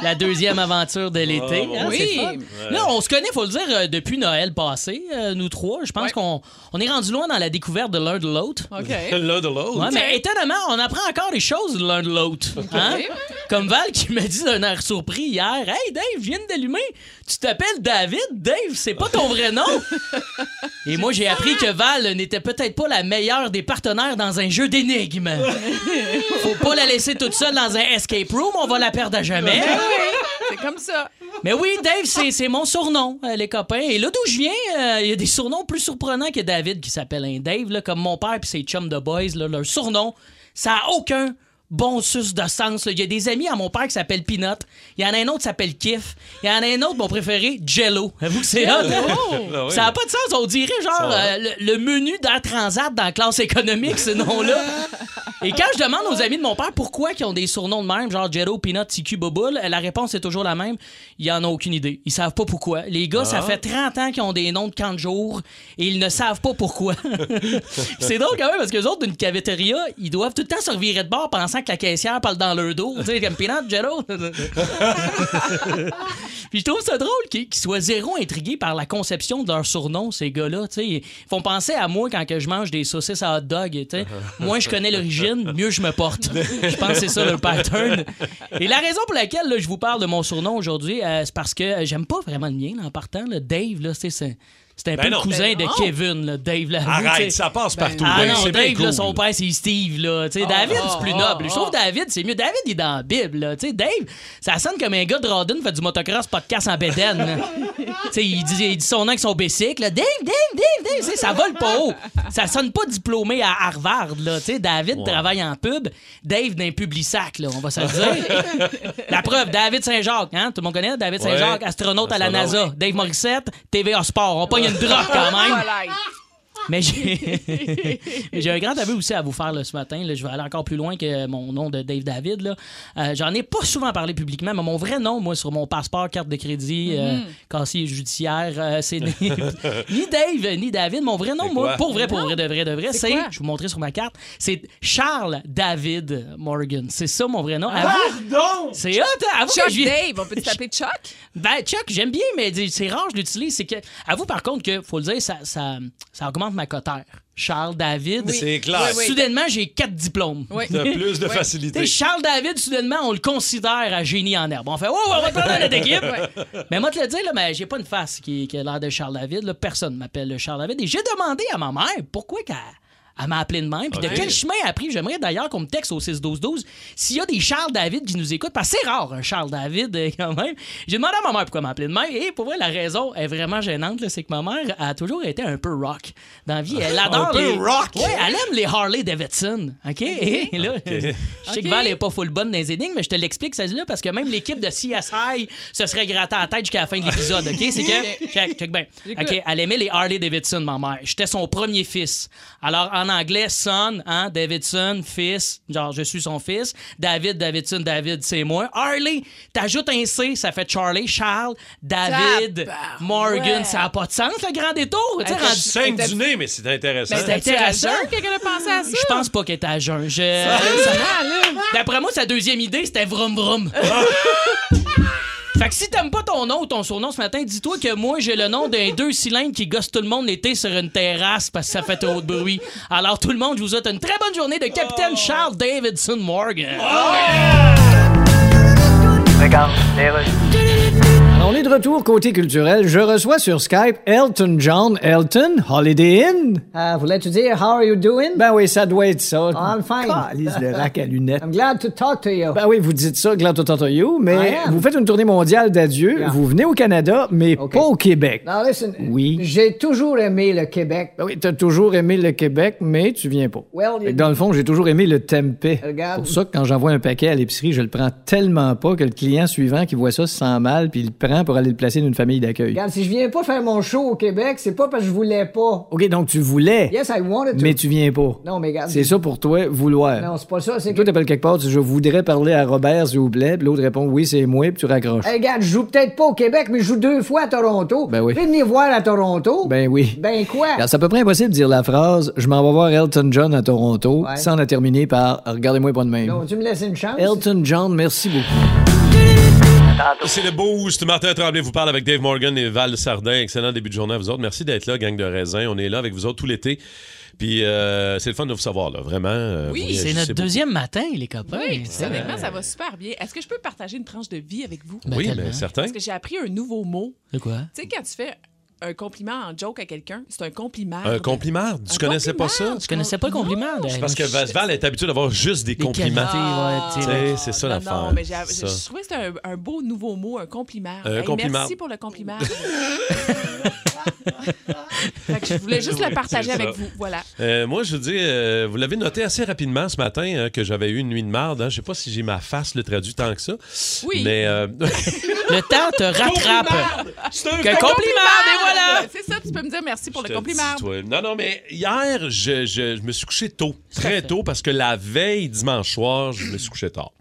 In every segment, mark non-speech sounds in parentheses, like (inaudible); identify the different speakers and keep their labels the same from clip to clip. Speaker 1: La deuxième aventure de l'été. hein,
Speaker 2: Oui.
Speaker 1: c'est le fun. Là, on se connaît, faut le dire, euh, depuis Noël passé, euh, nous trois. Je pense qu'on on est rendu loin dans la découverte de l'un de l'autre.
Speaker 2: OK.
Speaker 3: (laughs) L'un de l'autre.
Speaker 1: Ouais, mais étonnamment, on apprend encore des choses de l'un de l'autre. hein? Comme Val qui m'a dit d'un air surpris hier Hey Dave, je viens d'allumer. Tu t'appelles David. Dave, c'est pas ton vrai nom. Et moi, j'ai appris que Val n'était peut-être pas la meilleure des partenaires dans un jeu d'énigmes. Faut pas la laisser toute seule dans un escape room, on va la perdre à jamais.
Speaker 2: C'est comme ça.
Speaker 1: Mais oui, Dave, c'est c'est mon surnom, euh, les copains. Et là d'où je viens, euh, il y a des surnoms plus surprenants que David qui s'appelle un Dave, là, comme mon père puis ses chums de boys. Là, leur surnom, ça a aucun bon sus de sens. là. Il y a des amis à mon père qui s'appellent Peanut. Il y en a un autre qui s'appelle Kiff. Il y en a un autre, mon préféré, Jello. Avoue que c'est hot. hein?
Speaker 3: Ah oui.
Speaker 1: Ça n'a pas de sens. On dirait genre euh, le, le menu d'Air Transat dans la classe économique, ce nom-là. Et quand je demande aux amis de mon père pourquoi ils ont des surnoms de même, genre Jero, Peanut, TQ, Boboul, la réponse est toujours la même. Ils en ont aucune idée. Ils savent pas pourquoi. Les gars, ça fait 30 ans qu'ils ont des noms de camp de jour et ils ne savent pas pourquoi. (laughs) c'est drôle quand même parce que les autres d'une cafétéria, ils doivent tout le temps se revirer de bord pensant que la caissière parle dans leur dos. Tu sais, comme Peanut, Jero. Puis je trouve ça drôle qu'ils qu'ils soient zéro intrigués par la conception de leur surnom, ces gars-là. tu sais. Ils font penser à moi quand que je mange des saucisses à hot dog. tu
Speaker 3: (laughs)
Speaker 1: sais. Moins je connais l'origine, mieux je me porte. Je pense que c'est ça le pattern. Et la raison pour laquelle là, je vous parle de mon surnom aujourd'hui, euh, c'est parce que euh, j'aime pas vraiment le mien là, en partant. là. Dave, là, c'est c'est- c'est un
Speaker 3: Ben
Speaker 1: peu
Speaker 3: non.
Speaker 1: le cousin
Speaker 2: Ben non.
Speaker 1: de Kevin, là, Dave. Là, tu sais.
Speaker 3: Arrête, ça passe partout.
Speaker 1: Ah
Speaker 3: Ben,
Speaker 1: non,
Speaker 3: c'est bien
Speaker 1: Dave, là,
Speaker 3: cool.
Speaker 1: son père, c'est Steve. Là. Tu sais, David, c'est plus
Speaker 2: ah,
Speaker 1: noble. Je trouve David, c'est mieux. David, il est dans la Bible. Là. Tu sais, Dave, ça sonne comme un gars de Rodden fait du motocross podcast en
Speaker 2: (laughs)
Speaker 1: bédaine. là. Tu sais, il, dit, il dit son nom avec son bicycle. là. Dave, Dave, Dave, Dave. Tu sais, ça vole pas haut. Ça sonne pas diplômé à Harvard. Là. Tu sais, David travaille en pub. Dave, d'un public sac, là, on va se le
Speaker 2: (laughs)
Speaker 1: dire. La preuve, David Saint-Jacques. Hein? Tout le monde connaît David Saint-Jacques,
Speaker 3: Ouais.
Speaker 1: astronaute à la
Speaker 3: Astronaute.
Speaker 1: NASA. Dave Morissette, TVA Sport. On pogne une drop quand même.
Speaker 2: Voilà.
Speaker 1: Mais j'ai (laughs) mais j'ai un grand aveu aussi à vous faire là, ce matin. là. Je vais aller encore plus loin que mon nom de Dave David. là. Euh, J'en ai pas souvent parlé publiquement, mais mon vrai nom, moi, sur mon passeport, carte de crédit, euh, casier judiciaire, euh, c'est ni, ni Dave ni David. Mon vrai nom,
Speaker 3: C'est
Speaker 1: moi,
Speaker 3: quoi?
Speaker 1: pour vrai, pour vrai, de vrai, de vrai, c'est,
Speaker 2: quoi?
Speaker 1: je vais vous montrer sur ma carte, c'est Charles David Morgan. C'est ça mon vrai nom. Avoue- C'est hot, hein? Avoue que
Speaker 2: Chuck
Speaker 1: je viens-
Speaker 2: Dave, on peut t'appeler Chuck?
Speaker 1: ben, Chuck, j'aime bien, mais dis- c'est rare, je l'utilise. C'est que, avoue par contre que, faut le dire, ça, ça, ça augmente ma cotère. Charles David.
Speaker 3: C'est clair.
Speaker 2: Oui, oui.
Speaker 1: Soudainement, j'ai quatre diplômes.
Speaker 2: Oui. Ben,
Speaker 3: T'as
Speaker 1: (laughs)
Speaker 3: plus de facilité.
Speaker 1: Tu sais, Charles David, soudainement, on le considère à génie en herbe. On fait, wow, on va te prendre dans
Speaker 3: (laughs)
Speaker 1: notre équipe. Mais moi, te le dire, là, mais j'ai pas une face qui, qui a l'air de Charles David. là. Personne m'appelle le Charles David. Et j'ai demandé à ma mère pourquoi qu'elle elle m'a appelé de même. Puis
Speaker 3: Ok.
Speaker 1: de quel chemin elle a pris. J'aimerais d'ailleurs qu'on me texte au 6-12-12 s'il y a des Charles David qui nous écoutent. Parce que c'est rare, un Charles David, euh, quand même. J'ai demandé à ma mère pourquoi elle m'a appelé de même. Et pour vrai, la raison est vraiment gênante. là, C'est que ma mère a toujours été un peu rock dans la vie. Elle
Speaker 3: (laughs)
Speaker 1: adore
Speaker 3: Un peu
Speaker 1: les-
Speaker 3: rock?
Speaker 1: Ouais, elle aime les Harley Davidson. OK? Et là, je sais que Val n'est pas full bonne dans les énigmes, mais je te l'explique, celle-là, parce que même l'équipe de CSI se serait grattée à la tête jusqu'à la fin de l'épisode. OK? C'est que. Check, check bien. OK, elle aimait les Harley Davidson, ma mère. J'étais son premier fils. Alors, en anglais, son, hein, Davidson, fils, genre, je suis son fils. David, Davidson, David, c'est moi. Harley, t'ajoutes un C, ça fait Charlie, Charles, David,
Speaker 2: Tabarouette.
Speaker 1: Morgan. Ça n'a pas de sens, le grand détour. Tu sais,
Speaker 2: Attends,
Speaker 1: rendu-
Speaker 3: Cinq du nez, mais c'est intéressant.
Speaker 1: Mais c'est-
Speaker 2: T'as-tu à
Speaker 1: intéressant.
Speaker 2: jeun? Quelqu'un a pensé à ça? Ah,
Speaker 1: Je pense pas qu'elle était à jeun. Je- D'après moi, sa deuxième idée, c'était vroom vroom. Fait que si t'aimes pas ton nom ou ton surnom ce matin, dis-toi que moi, j'ai le nom d'un deux cylindres qui gosse tout le monde l'été sur une terrasse parce que ça fait trop de bruit. Alors tout le monde, je vous souhaite une très bonne journée de Capitaine Charles Davidson Morgan.
Speaker 4: Alors, on est de retour côté culturel. Je reçois sur Skype Elton John Elton, Holiday Inn.
Speaker 5: Uh, voulais-tu dire how are you doing? Oh,
Speaker 4: Ben oui, ça doit être ça.
Speaker 5: I'm fine.
Speaker 4: Calisse le rack à
Speaker 5: (laughs)
Speaker 4: lunettes.
Speaker 5: I'm glad to talk to you.
Speaker 4: Ben oui, vous dites ça, Glad to talk to you, mais
Speaker 5: I am.
Speaker 4: vous faites une tournée mondiale d'adieu.
Speaker 5: Yeah.
Speaker 4: Vous venez au Canada, mais
Speaker 5: OK.
Speaker 4: pas au Québec.
Speaker 5: Now listen,
Speaker 4: Oui.
Speaker 5: j'ai toujours aimé le Québec.
Speaker 4: Ben oui, t'as toujours aimé le Québec, mais tu viens pas.
Speaker 5: Well,
Speaker 4: Fait que dans le fond, j'ai toujours aimé le tempeh.
Speaker 5: Regarde.
Speaker 4: Pour ça que quand j'envoie un paquet à l'épicerie, je le prends tellement pas que le client suivant qui voit ça se sent mal puis il le différent pour aller le placer dans une famille d'accueil.
Speaker 5: Regarde, si je viens pas faire mon show au Québec, c'est pas parce que je voulais pas.
Speaker 4: OK, donc tu voulais,
Speaker 5: Yes, I wanted to.
Speaker 4: mais tu viens pas.
Speaker 5: Non, mais regarde.
Speaker 4: C'est ça pour toi, vouloir.
Speaker 5: Non, c'est pas ça. C'est que.
Speaker 4: Toi, t'appelles quelque part, tu dis, je voudrais parler à Robert, s'il vous plaît, puis l'autre répond, oui, c'est moi, puis tu raccroches.
Speaker 5: Hey, regarde, je joue peut-être pas au Québec, mais je joue deux fois à Toronto.
Speaker 4: Ben oui.
Speaker 5: Fais venir voir à Toronto.
Speaker 4: Ben oui.
Speaker 5: Ben quoi?
Speaker 4: Alors, c'est à peu près impossible de dire la phrase Je m'en vais voir Elton John à Toronto
Speaker 5: Ouais.
Speaker 4: sans la terminer par Regardez-moi pas de même.
Speaker 5: Non, tu me laisses une chance.
Speaker 4: Elton John, merci beaucoup.
Speaker 3: C'est le boost. Martin Tremblay vous parle avec Dave Morgan et Val Sardin. Excellent début de journée à vous autres. Merci d'être là, gang de raisins. On est là avec vous autres tout l'été. Puis euh, c'est le fun de vous savoir, là. Vraiment. euh,
Speaker 2: Oui,
Speaker 3: vous
Speaker 1: C'est
Speaker 3: réagissez
Speaker 1: notre
Speaker 3: beaucoup.
Speaker 1: deuxième matin, les copains.
Speaker 2: Oui,
Speaker 1: C'est-
Speaker 2: honnêtement, ça va super bien. Est-ce que je peux partager une tranche de vie avec vous?
Speaker 1: Ben,
Speaker 3: Oui,
Speaker 1: tellement.
Speaker 3: bien certain.
Speaker 2: Parce que j'ai appris un nouveau mot.
Speaker 1: De quoi?
Speaker 2: Tu sais, quand tu fais un compliment en joke à quelqu'un, c'est un compliment.
Speaker 3: Un compliment. Tu
Speaker 2: Un
Speaker 3: connaissais pas ça?
Speaker 2: compliment.
Speaker 1: Je connaissais pas le compliment. de-
Speaker 3: C'est Parce que Val Val est habitué d'avoir juste des
Speaker 1: Des
Speaker 3: compliments.
Speaker 1: qualités.
Speaker 2: Ah,
Speaker 1: ouais, tu
Speaker 3: sais, ouais, Eh, c'est ça
Speaker 2: non,
Speaker 3: l'affaire,
Speaker 2: Non, mais j'ai-
Speaker 3: c'est
Speaker 2: je,
Speaker 3: ça.
Speaker 2: je trouvais que c'était un, un beau nouveau mot, un compliment.
Speaker 3: Un
Speaker 2: Hey,
Speaker 3: compliment.
Speaker 2: Merci pour
Speaker 3: (laughs)
Speaker 2: le compliment. Fait que je voulais juste
Speaker 3: Oui,
Speaker 2: le partager
Speaker 3: c'est
Speaker 2: avec
Speaker 3: ça.
Speaker 2: vous. Voilà.
Speaker 3: Euh, moi, je dis, euh, vous l'avez noté assez rapidement ce matin hein, que j'avais eu une nuit de marde. hein. Je sais pas si j'ai ma face le traduit tant que ça.
Speaker 2: Oui.
Speaker 3: Mais euh,
Speaker 1: Le temps te rattrape.
Speaker 3: c'est un
Speaker 1: Qu'un compliment, mais voilà!
Speaker 2: C'est ça, tu peux me dire merci (laughs) pour
Speaker 3: (laughs) Je
Speaker 2: le
Speaker 3: te
Speaker 2: compliment.
Speaker 3: dis, toi. Non, non, mais hier, je, je- je me suis couché tôt, très tôt, parce que la veille, dimanche soir, je me suis couché tard.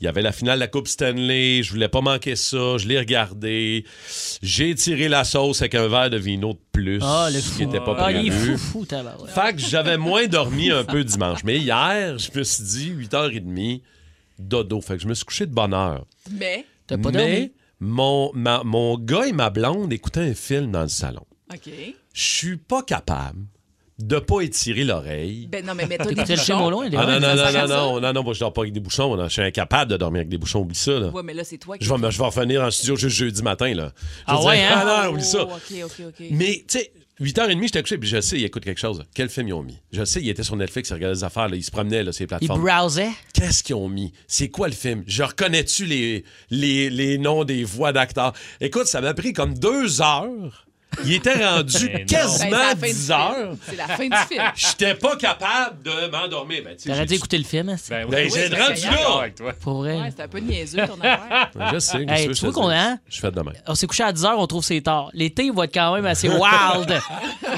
Speaker 3: Il y avait la finale de la Coupe Stanley, je voulais pas manquer ça, je l'ai regardé. J'ai tiré la sauce avec un verre de vino de plus
Speaker 1: Ah, le fou.
Speaker 3: qui n'était pas
Speaker 1: Ah,
Speaker 3: prévu.
Speaker 1: il est fou, fou, tabarouette.
Speaker 3: Fait que j'avais moins dormi un peu dimanche. Mais hier, je me suis dit 8h30, dodo. Fait que je me suis couché de bonne heure.
Speaker 2: Mais,
Speaker 1: T'as pas
Speaker 3: Mais
Speaker 1: dormi?
Speaker 3: mon, ma- mon gars et ma blonde écoutaient un film dans le salon.
Speaker 2: OK.
Speaker 3: Je suis pas capable de pas étirer l'oreille.
Speaker 2: Ben non, mais mets-toi des
Speaker 1: T'écoutais le chien
Speaker 2: bouchons.
Speaker 1: au loin, les
Speaker 3: Ah non,
Speaker 1: gars?
Speaker 3: non,
Speaker 2: ça
Speaker 3: non,
Speaker 2: sert à
Speaker 3: non,
Speaker 2: ça.
Speaker 3: non, non, non, moi je dors pas avec des bouchons. là. Je suis incapable de dormir avec des bouchons, oublie ça. là.
Speaker 2: Ouais, mais là, c'est toi qui.
Speaker 3: Je vais, me- je vais revenir en studio juste jeudi matin. Là. Je
Speaker 1: Ah
Speaker 3: veux
Speaker 1: ouais,
Speaker 3: dire,
Speaker 1: hein?
Speaker 3: (laughs) non, oublie ça.
Speaker 2: Oh, OK, OK, OK.
Speaker 3: Mais, tu sais, 8h30, j'étais couché, puis je sais, il écoute quelque chose. Quel film ils ont mis? Je sais, il était sur Netflix, il regardait des affaires, là, il se promenait, là, sur les
Speaker 1: Il
Speaker 3: plateformes.
Speaker 1: browsait.
Speaker 3: Qu'est-ce qu'ils ont mis? C'est quoi le film? Je reconnais-tu les, les, les noms des voix d'acteurs? Écoute, ça m'a pris comme deux heures. Il était rendu
Speaker 2: Ben, c'est
Speaker 3: quasiment
Speaker 2: la fin du
Speaker 3: 10
Speaker 2: film.
Speaker 3: heures.
Speaker 2: C'est la fin du
Speaker 3: (laughs)
Speaker 2: film.
Speaker 3: J'étais pas capable de m'endormir. Ben, tu sais,
Speaker 1: T'aurais
Speaker 3: j'ai-
Speaker 1: dû écouter le film, hein, c'est
Speaker 6: Ben
Speaker 3: Ben, j'ai
Speaker 2: ben,
Speaker 3: rendu
Speaker 2: regarde.
Speaker 3: là! Ben,
Speaker 1: pour
Speaker 2: Ouais,
Speaker 1: vrai.
Speaker 2: c'est un peu niaiseux ton affaire.
Speaker 3: Je sais,
Speaker 1: Hey,
Speaker 3: qu'est-ce que
Speaker 1: tu
Speaker 3: je
Speaker 1: vois
Speaker 3: te
Speaker 1: qu'on
Speaker 3: dis?
Speaker 1: a-
Speaker 3: Je fais demain.
Speaker 1: On s'est couché à 10h, on trouve c'est tard. L'été, il va être quand même
Speaker 3: (laughs)
Speaker 1: assez wild.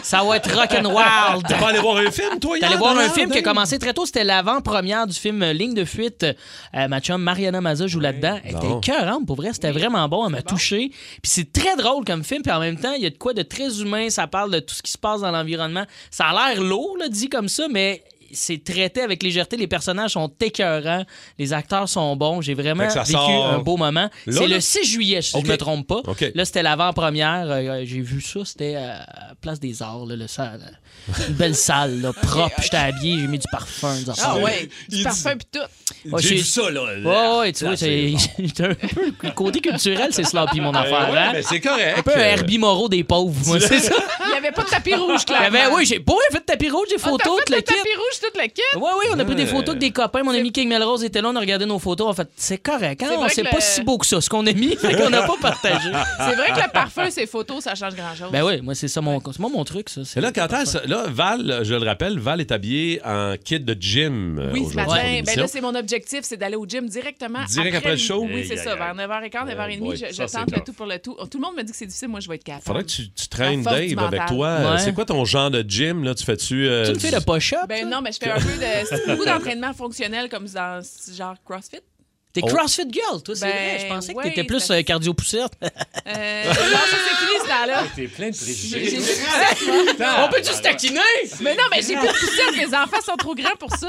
Speaker 1: Ça va être rock'n'wild.
Speaker 3: T'es pas allé voir un film, toi, hier?
Speaker 1: T'allais voir un
Speaker 3: Donald,
Speaker 1: film qui a
Speaker 3: Dave?
Speaker 1: commencé très tôt. C'était l'avant-première du film euh, Ligne de fuite. Euh, ma chum Mariana Maza joue là-dedans. Elle était
Speaker 3: Bon.
Speaker 1: écœurante, pour vrai. C'était vraiment bon. Elle m'a touché. Puis c'est très drôle comme film. Puis en même temps, il y a de quoi de très humain. Ça parle de tout ce qui se passe dans l'environnement. Ça a l'air lourd, là, dit comme ça, mais c'est traité avec légèreté. Les personnages sont écœurants. Les acteurs sont bons. J'ai vraiment
Speaker 3: Fait que ça
Speaker 1: vécu
Speaker 3: sort
Speaker 1: un beau
Speaker 3: là,
Speaker 1: moment. C'est
Speaker 3: là?
Speaker 1: le 6 juillet, si
Speaker 3: Ok.
Speaker 1: je me trompe pas.
Speaker 3: Ok.
Speaker 1: Là, c'était l'avant-première. Euh, J'ai vu ça. C'était euh, à Place des Arts, là, le salle. Une belle
Speaker 2: (laughs)
Speaker 1: salle, là, propre. J'étais habillé, j'ai mis du parfum. des affaires.
Speaker 2: Ah ouais,
Speaker 3: Il
Speaker 2: du
Speaker 3: dit-
Speaker 2: parfum pis tout.
Speaker 1: Ouais,
Speaker 3: J'ai
Speaker 1: Oh, c'est-
Speaker 3: vu ça, là.
Speaker 2: Ah,
Speaker 3: Ah,
Speaker 1: Ouais, ouais, tu vois,
Speaker 3: Là,
Speaker 1: c'est c'est (laughs) un peu. Le côté culturel, c'est sloppy,
Speaker 2: Eh
Speaker 1: mon affaire.
Speaker 3: Ouais,
Speaker 1: hein?
Speaker 3: mais c'est correct.
Speaker 1: Un peu un Herbie Moreau des pauvres, moi, c'est ça.
Speaker 2: Il y avait pas de tapis rouge,
Speaker 1: Il
Speaker 2: (laughs)
Speaker 1: y
Speaker 2: clairement.
Speaker 1: avait- oui, j'ai pas fait de tapis rouge, des
Speaker 2: Ah, t'as
Speaker 1: photos,
Speaker 2: fait
Speaker 1: tout le
Speaker 2: le
Speaker 1: kit.
Speaker 2: tapis rouge, tout le kit.
Speaker 1: Ouais, oui, on a pris des photos avec des copains. Mon ami King Melrose était là, on a regardé nos photos. En fait, c'est correct, hein?
Speaker 2: C'est
Speaker 1: On
Speaker 2: vrai
Speaker 1: sait
Speaker 2: que
Speaker 1: pas
Speaker 2: le-
Speaker 1: si beau que ça, ce qu'on a mis, fait qu'on n'a pas
Speaker 2: (laughs)
Speaker 1: partagé.
Speaker 2: C'est vrai que le parfum, ces photos, ça change grand-chose.
Speaker 1: Ben oui, moi, c'est ça mon, c'est moi mon truc, ça. c'est-
Speaker 3: Et là, quand elle se- là, Val, je le rappelle, Val est habillé en kit de gym. euh,
Speaker 2: Oui, ce
Speaker 3: aujourd'hui à
Speaker 2: matin. Ben
Speaker 3: l'émission.
Speaker 2: là, c'est mon objectif, c'est d'aller au gym directement.
Speaker 3: Direct après le show?
Speaker 2: Oui, c'est
Speaker 6: Aïe,
Speaker 2: ça.
Speaker 6: aïe,
Speaker 2: Vers
Speaker 6: aïe.
Speaker 2: 9h15,
Speaker 6: Oh
Speaker 2: 9h30,
Speaker 6: boy,
Speaker 2: je, je
Speaker 6: ça, c'est
Speaker 2: tente le
Speaker 6: tough.
Speaker 2: tout pour le tout. Tout le monde me dit que c'est difficile. Moi, je vais être capable.
Speaker 3: Faudrait que tu, tu traînes
Speaker 2: La force
Speaker 3: Dave
Speaker 2: du
Speaker 3: avec
Speaker 2: mental.
Speaker 3: toi. Euh,
Speaker 1: Ouais.
Speaker 3: C'est quoi ton genre de gym? Là? Tu fais-tu. euh,
Speaker 1: Tu me fais le
Speaker 3: du-
Speaker 1: push-up?
Speaker 2: Ben non, mais je fais un peu de
Speaker 6: (laughs)
Speaker 2: c'est beaucoup d'entraînement fonctionnel comme dans genre CrossFit.
Speaker 1: T'es
Speaker 3: Oh.
Speaker 1: CrossFit girl, toi, c'est
Speaker 2: Ben,
Speaker 1: vrai. Je pensais que
Speaker 2: ouais,
Speaker 1: t'étais plus
Speaker 2: ça- (laughs)
Speaker 1: euh, cardio-poussette.
Speaker 2: Euh, non, ça c'est fini ce temps-là.
Speaker 6: Ah, T'es plein de
Speaker 2: J'ai- j'ai-
Speaker 6: préjugés.
Speaker 1: On peut juste taquiner?
Speaker 2: Mais non, mais j'ai plus de poussette. Mes enfants sont trop grands pour ça.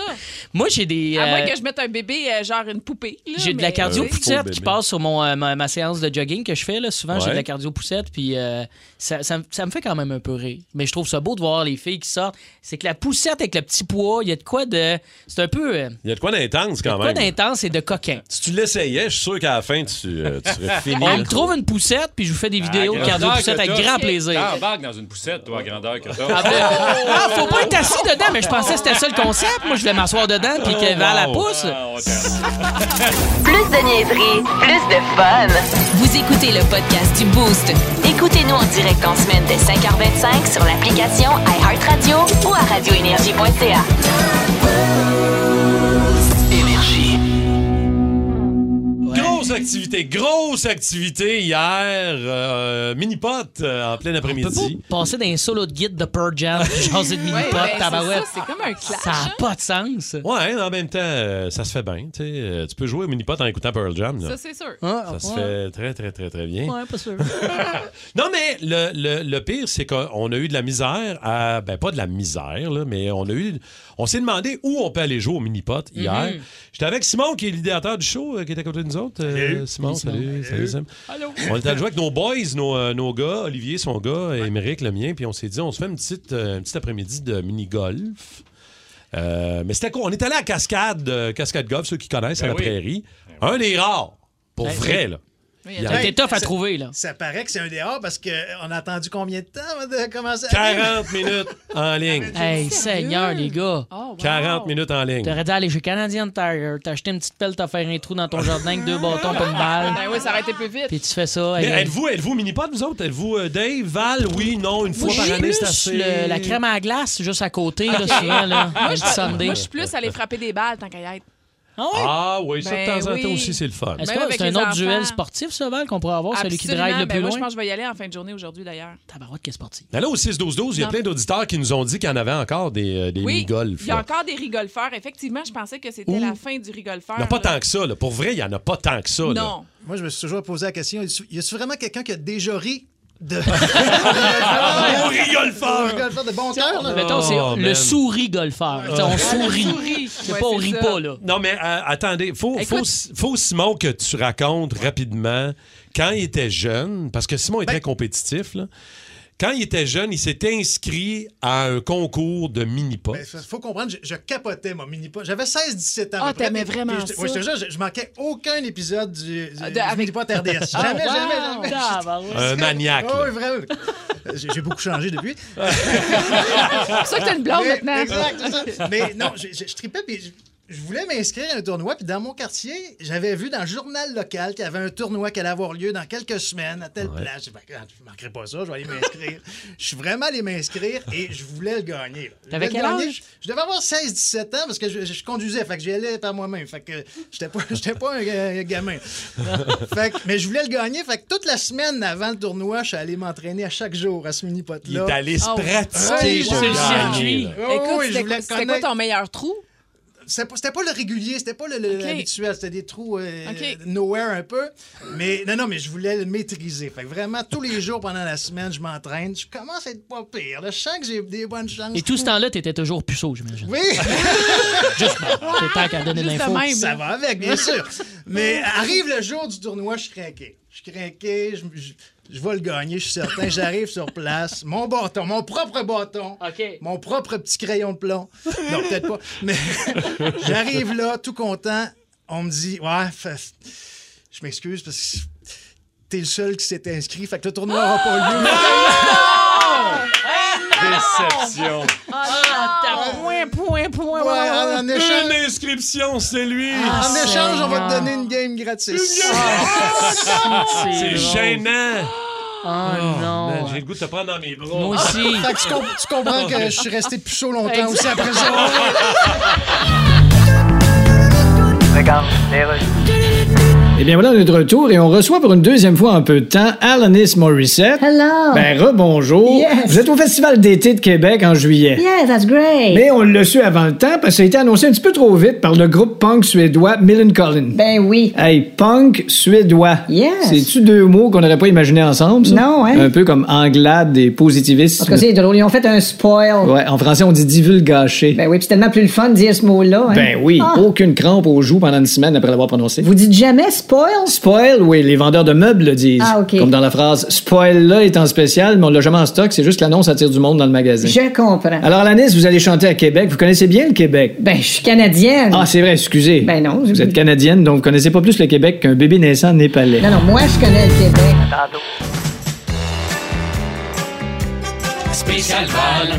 Speaker 1: Moi, j'ai des.
Speaker 2: À
Speaker 1: euh,
Speaker 2: moins que je mette un bébé, euh, genre une poupée. là,
Speaker 1: J'ai de
Speaker 2: mais-
Speaker 1: la cardio
Speaker 3: Euh, faux
Speaker 1: poussette qui
Speaker 3: bébé.
Speaker 1: passe sur mon, euh, ma, ma séance de jogging que je fais. Là. Souvent, j'ai
Speaker 3: Ouais.
Speaker 1: de la cardio poussette, puis euh, ça, ça me- ça me fait quand même un peu rire. Mais je trouve ça beau de voir les filles qui sortent. C'est que la poussette avec le petit poids, il y a de quoi de. C'est un peu. euh,
Speaker 3: Il y a de quoi d'intense
Speaker 1: il y a
Speaker 3: quand
Speaker 1: de quoi
Speaker 3: même.
Speaker 1: d'intense et de coquin.
Speaker 3: Si tu l'essayais, je suis sûr qu'à la fin, tu, euh, tu
Speaker 1: (laughs)
Speaker 3: serais fini.
Speaker 1: On
Speaker 3: là.
Speaker 1: me trouve une poussette, puis je vous fais
Speaker 3: Ah,
Speaker 1: des vidéos de
Speaker 6: grandeur
Speaker 1: cardio
Speaker 6: que
Speaker 1: poussette avec
Speaker 6: t'as.
Speaker 1: grand (laughs) plaisir.
Speaker 6: T'embarques dans une poussette, toi, à grandeur que
Speaker 1: Ah,
Speaker 6: t'as.
Speaker 1: ben, ah, faut pas être assis dedans, mais je pensais que c'était ça le concept. Moi, je voulais m'asseoir dedans, puis que vers la
Speaker 3: wow.
Speaker 1: pousse.
Speaker 6: Ah, on t'aime.
Speaker 7: Plus de niaiserie, plus de fun. Vous écoutez le podcast du Boost. Écoutez-nous en direct en semaine dès 5h25 sur l'application iHeartRadio ou à radioénergie.ca.
Speaker 3: Grosse activité, grosse activité hier. euh, mini-pot euh, en plein
Speaker 1: On peut pas
Speaker 3: après-midi.
Speaker 1: passer d'un solo de guide de Pearl Jam, jaser de mini
Speaker 2: (laughs) Ouais,
Speaker 1: pot,
Speaker 2: ben, c'est
Speaker 1: tabarouette.
Speaker 2: ça, C'est comme un clash.
Speaker 1: Ça n'a pas de sens.
Speaker 3: Ouais, en même temps, euh, ça se fait bien. tu sais. Euh, Tu peux jouer au mini-pot en écoutant Pearl Jam. là.
Speaker 2: Ça, c'est sûr.
Speaker 1: Ah,
Speaker 3: Ça se
Speaker 1: ouais.
Speaker 3: fait très, très, très, très bien.
Speaker 1: Ouais, pas sûr.
Speaker 3: Non, mais le, le- le pire, c'est qu'on a eu de la misère à. Ben, pas de la misère, là, mais on a eu. On s'est demandé où on peut aller jouer au mini-pot hier. J'étais avec Simon, qui est l'idéateur du show, euh, qui est à côté de nous autres. Euh, Simon,
Speaker 1: Salut,
Speaker 3: salut, salut, Sam. On était à jouer avec nos boys, nos, euh, nos gars, Olivier, son gars, et Émeric, le mien, puis on s'est dit, on se fait une petite, euh, un petit après-midi de mini-golf. Euh, mais c'était quoi? On est allé à Cascade, euh, Cascade Golf, ceux qui connaissent, à la
Speaker 6: oui.
Speaker 3: prairie. Un des rares, pour
Speaker 1: Ben,
Speaker 3: vrai, là.
Speaker 2: Oui,
Speaker 3: Il y
Speaker 1: Ça a
Speaker 3: a
Speaker 1: été tough à
Speaker 8: Ça-
Speaker 1: trouver, là.
Speaker 8: Ça paraît que c'est un dehors parce qu'on a attendu combien de temps avant de commencer à vivre?
Speaker 3: 40 minutes en ligne.
Speaker 1: Hey, Seigneur, les gars.
Speaker 2: Oh, wow.
Speaker 3: 40 minutes en ligne.
Speaker 1: T'aurais dû aller chez Canadian Tire, euh, t'acheter une petite pelle, t'as fait un trou dans ton jardin
Speaker 2: (laughs)
Speaker 1: avec deux bâtons pas une balle,
Speaker 2: Ben oui, ça aurait été plus vite.
Speaker 1: puis tu fais ça.
Speaker 3: Mais
Speaker 1: hey,
Speaker 3: êtes-vous, êtes-vous mini-pod, vous autres? Êtes-vous euh, Dave, Val? Oui, non, une fois
Speaker 1: moi, je
Speaker 3: par
Speaker 1: suis
Speaker 3: année,
Speaker 1: plus
Speaker 3: c'est assez.
Speaker 1: le- la crème à la glace juste à côté, là, souvent, là. un petit sundae.
Speaker 2: Moi, je suis plus allée frapper des balles tant qu'à y être.
Speaker 1: Ah ouais?
Speaker 3: Ah oui, ça, de
Speaker 2: Ben
Speaker 3: temps en temps
Speaker 2: oui. Euh,
Speaker 3: aussi, c'est le fun.
Speaker 1: Est-ce
Speaker 2: Même
Speaker 1: que
Speaker 2: avec
Speaker 1: c'est un
Speaker 2: les
Speaker 1: autre
Speaker 2: enfants.
Speaker 1: duel sportif, ça, Val, qu'on pourrait avoir, Oh, celui qui drive le
Speaker 2: Absolument.
Speaker 1: plus
Speaker 2: Ben, moi, je
Speaker 1: loin?
Speaker 2: pense que je vais y aller en fin de journée aujourd'hui, d'ailleurs.
Speaker 1: Tabarouette qui est sportif.
Speaker 3: Mais là, au 6-12-12, il y a
Speaker 2: Non.
Speaker 3: plein d'auditeurs qui nous ont dit qu'il y en avait encore des, euh, des
Speaker 2: Oui,
Speaker 3: mini-golf.
Speaker 2: il y a
Speaker 3: là.
Speaker 2: encore des rigolfeurs. Effectivement, je pensais que c'était
Speaker 3: Ouh.
Speaker 2: la fin du rigolfeur.
Speaker 3: Il n'y en a pas
Speaker 2: là.
Speaker 3: tant que ça. Là. Pour vrai, il n'y en a pas tant que ça. là.
Speaker 2: Non.
Speaker 8: Moi, je me suis toujours posé la question y a-tu vraiment quelqu'un qui a déjà ri de. (laughs)
Speaker 3: On rigole fort!
Speaker 8: de bon cœur, là?
Speaker 1: Mettons, c'est
Speaker 3: Oh, man. Oh.
Speaker 1: le souris golfeur. T'sais, On sourit.
Speaker 2: souris.
Speaker 1: C'est
Speaker 2: Ouais,
Speaker 1: pas, on
Speaker 2: c'est
Speaker 1: rit
Speaker 2: ça.
Speaker 1: pas, là.
Speaker 3: Non, mais euh, attendez, faut, faut, faut, Simon, que tu racontes rapidement quand il était jeune, parce que Simon est
Speaker 2: Ben
Speaker 3: très compétitif. Là. Quand il était jeune, il s'était inscrit à un concours de mini-pas.
Speaker 8: Mais fa- Ben, faut comprendre, je, je capotais mon mini pot. J'avais 16-17 ans. à
Speaker 2: Ah,
Speaker 8: peu près.
Speaker 2: t'aimais
Speaker 8: Puis-
Speaker 2: vraiment
Speaker 8: puis je- ouais,
Speaker 2: ça.
Speaker 8: je te jure, je, je manquais aucun épisode du, du,
Speaker 2: Ah, de-
Speaker 8: du
Speaker 2: avec-
Speaker 8: mini pot RDS.
Speaker 1: Ah,
Speaker 8: Jamais,
Speaker 1: wow,
Speaker 8: jamais, jamais.
Speaker 1: tabarouette.
Speaker 3: Un maniaque.
Speaker 8: Oh,
Speaker 3: là.
Speaker 8: oui, vraiment. J'ai j'ai beaucoup changé depuis.
Speaker 2: C'est pour ça que t'as une blonde
Speaker 8: Mais-
Speaker 2: maintenant.
Speaker 8: Exact, c'est ça. Mais non, je, je, je tripais, puis je, je voulais m'inscrire à un tournoi, puis dans mon quartier, j'avais vu dans le journal local qu'il y avait un tournoi qui allait avoir lieu dans quelques semaines à telle place. J'ai dit, ben, regarde, je ne manquerai pas ça, je vais aller
Speaker 1: (laughs)
Speaker 8: m'inscrire. je suis vraiment allé m'inscrire et je voulais le gagner. là. Je
Speaker 1: T'avais
Speaker 8: voulais
Speaker 1: quel
Speaker 8: le gagner.
Speaker 1: âge?
Speaker 8: Je, je devais avoir 16-17 ans parce que je, je conduisais, fait que j'y allais par moi-même. Fait que j'étais pas, (laughs) j'étais pas un ga-
Speaker 1: (laughs)
Speaker 8: gamin. fait que- mais je voulais le gagner. Fait que toute la semaine avant le tournoi, je suis allé m'entraîner à chaque jour à ce
Speaker 3: Il
Speaker 8: mini-pot-là.
Speaker 3: est allé se
Speaker 2: Oh.
Speaker 3: pratiquer
Speaker 8: Ouais,
Speaker 3: pour
Speaker 8: c'est le
Speaker 3: gagner.
Speaker 1: circuit.
Speaker 3: là.
Speaker 8: Oh,
Speaker 2: Écoute,
Speaker 8: oui, je
Speaker 2: c'était
Speaker 8: voulais
Speaker 2: quoi- c'était quoi
Speaker 8: connaître-
Speaker 2: ton meilleur trou?
Speaker 8: c'était pas, c'était pas le régulier, c'était pas le, le-
Speaker 2: Ok.
Speaker 8: l'habituel, c'était des trous euh,
Speaker 2: Ok.
Speaker 8: nowhere un peu. Mais non, non, mais je voulais le maîtriser. Fait que vraiment, tous les jours pendant la semaine, je m'entraîne. Je commence à être pas pire. là. Je sens que j'ai des bonnes chances.
Speaker 1: Et tout ce temps-là, t'étais toujours puceau, j'imagine. (laughs)
Speaker 8: Oui,
Speaker 1: Juste, c'est temps qu'à donner de
Speaker 2: Juste de
Speaker 1: l'info.
Speaker 8: (laughs)
Speaker 2: même.
Speaker 8: ça va avec, bien sûr.
Speaker 2: (laughs)
Speaker 8: Mais arrive le jour du tournoi, je suis craqué. Je suis craqué, je, je- je vais le gagner, je suis certain. J'arrive sur place. Mon bâton, mon propre bâton.
Speaker 1: OK.
Speaker 8: Mon propre petit crayon de (laughs) plomb. Non, peut-être pas. Mais (laughs) j'arrive là, tout content. On me dit, ouais, fa- je m'excuse parce que t'es le seul qui s'est inscrit. Fait que le tournoi n'aura pas lieu.
Speaker 6: Déception.
Speaker 1: Ah, t'as point, point, point,
Speaker 8: Ouais,
Speaker 1: point.
Speaker 8: en, en échange,
Speaker 3: Une inscription, c'est lui.
Speaker 8: en
Speaker 1: Ah,
Speaker 8: échange, on va
Speaker 1: Seigneur.
Speaker 8: te donner une game gratis. Ah,
Speaker 3: c'est
Speaker 1: drôle.
Speaker 3: gênant.
Speaker 1: Oh non.
Speaker 3: Man, J'ai le goût de te prendre dans mes bras.
Speaker 1: Moi aussi.
Speaker 8: Fait que tu, com- tu comprends que je suis resté plus chaud longtemps aussi après ça.
Speaker 4: Eh bien voilà, on est de retour et on reçoit pour une deuxième fois en peu de temps Alanis Morissette.
Speaker 9: Hello.
Speaker 4: Ben rebonjour.
Speaker 9: Yes.
Speaker 4: Vous êtes au Festival d'été de Québec en juillet.
Speaker 9: yeah, that's great.
Speaker 4: Mais on l'a su avant le temps parce que ça a été annoncé un petit peu trop vite par le groupe punk suédois Millencolin.
Speaker 9: ben oui.
Speaker 4: Hey, punk suédois.
Speaker 9: Yes.
Speaker 4: Euh, C'est-tu deux mots qu'on n'aurait pas imaginé ensemble, ça?
Speaker 9: Non, hein?
Speaker 4: Un peu comme anglade et positivistes.
Speaker 9: Parce que c'est drôle, ils ont fait un spoil.
Speaker 4: Ouais, en français, on dit divulgacher.
Speaker 9: Ben oui, puis c'est tellement plus le fun de dire ce mot-là. hein.
Speaker 4: Ben oui,
Speaker 9: Ah,
Speaker 4: aucune crampe aux joues pendant une semaine après l'avoir prononcé.
Speaker 9: Vous dites jamais spoil?
Speaker 4: Spoil, oui, les vendeurs de meubles le disent.
Speaker 9: Ah, ok.
Speaker 4: Comme dans la phrase Spoil là est en spécial, mais on l'a jamais en stock, c'est juste que l'annonce attire du monde dans le magasin.
Speaker 9: Je comprends.
Speaker 4: Alors, Alanis, vous allez chanter à Québec. Vous connaissez bien le Québec.
Speaker 9: Ben, je suis canadienne.
Speaker 4: Ah, c'est vrai, excusez.
Speaker 9: Ben non, j'ai-
Speaker 4: Vous êtes canadienne, donc vous connaissez pas plus le Québec qu'un bébé naissant népalais.
Speaker 9: non, non, moi, je connais le Québec.
Speaker 1: Spécial Val.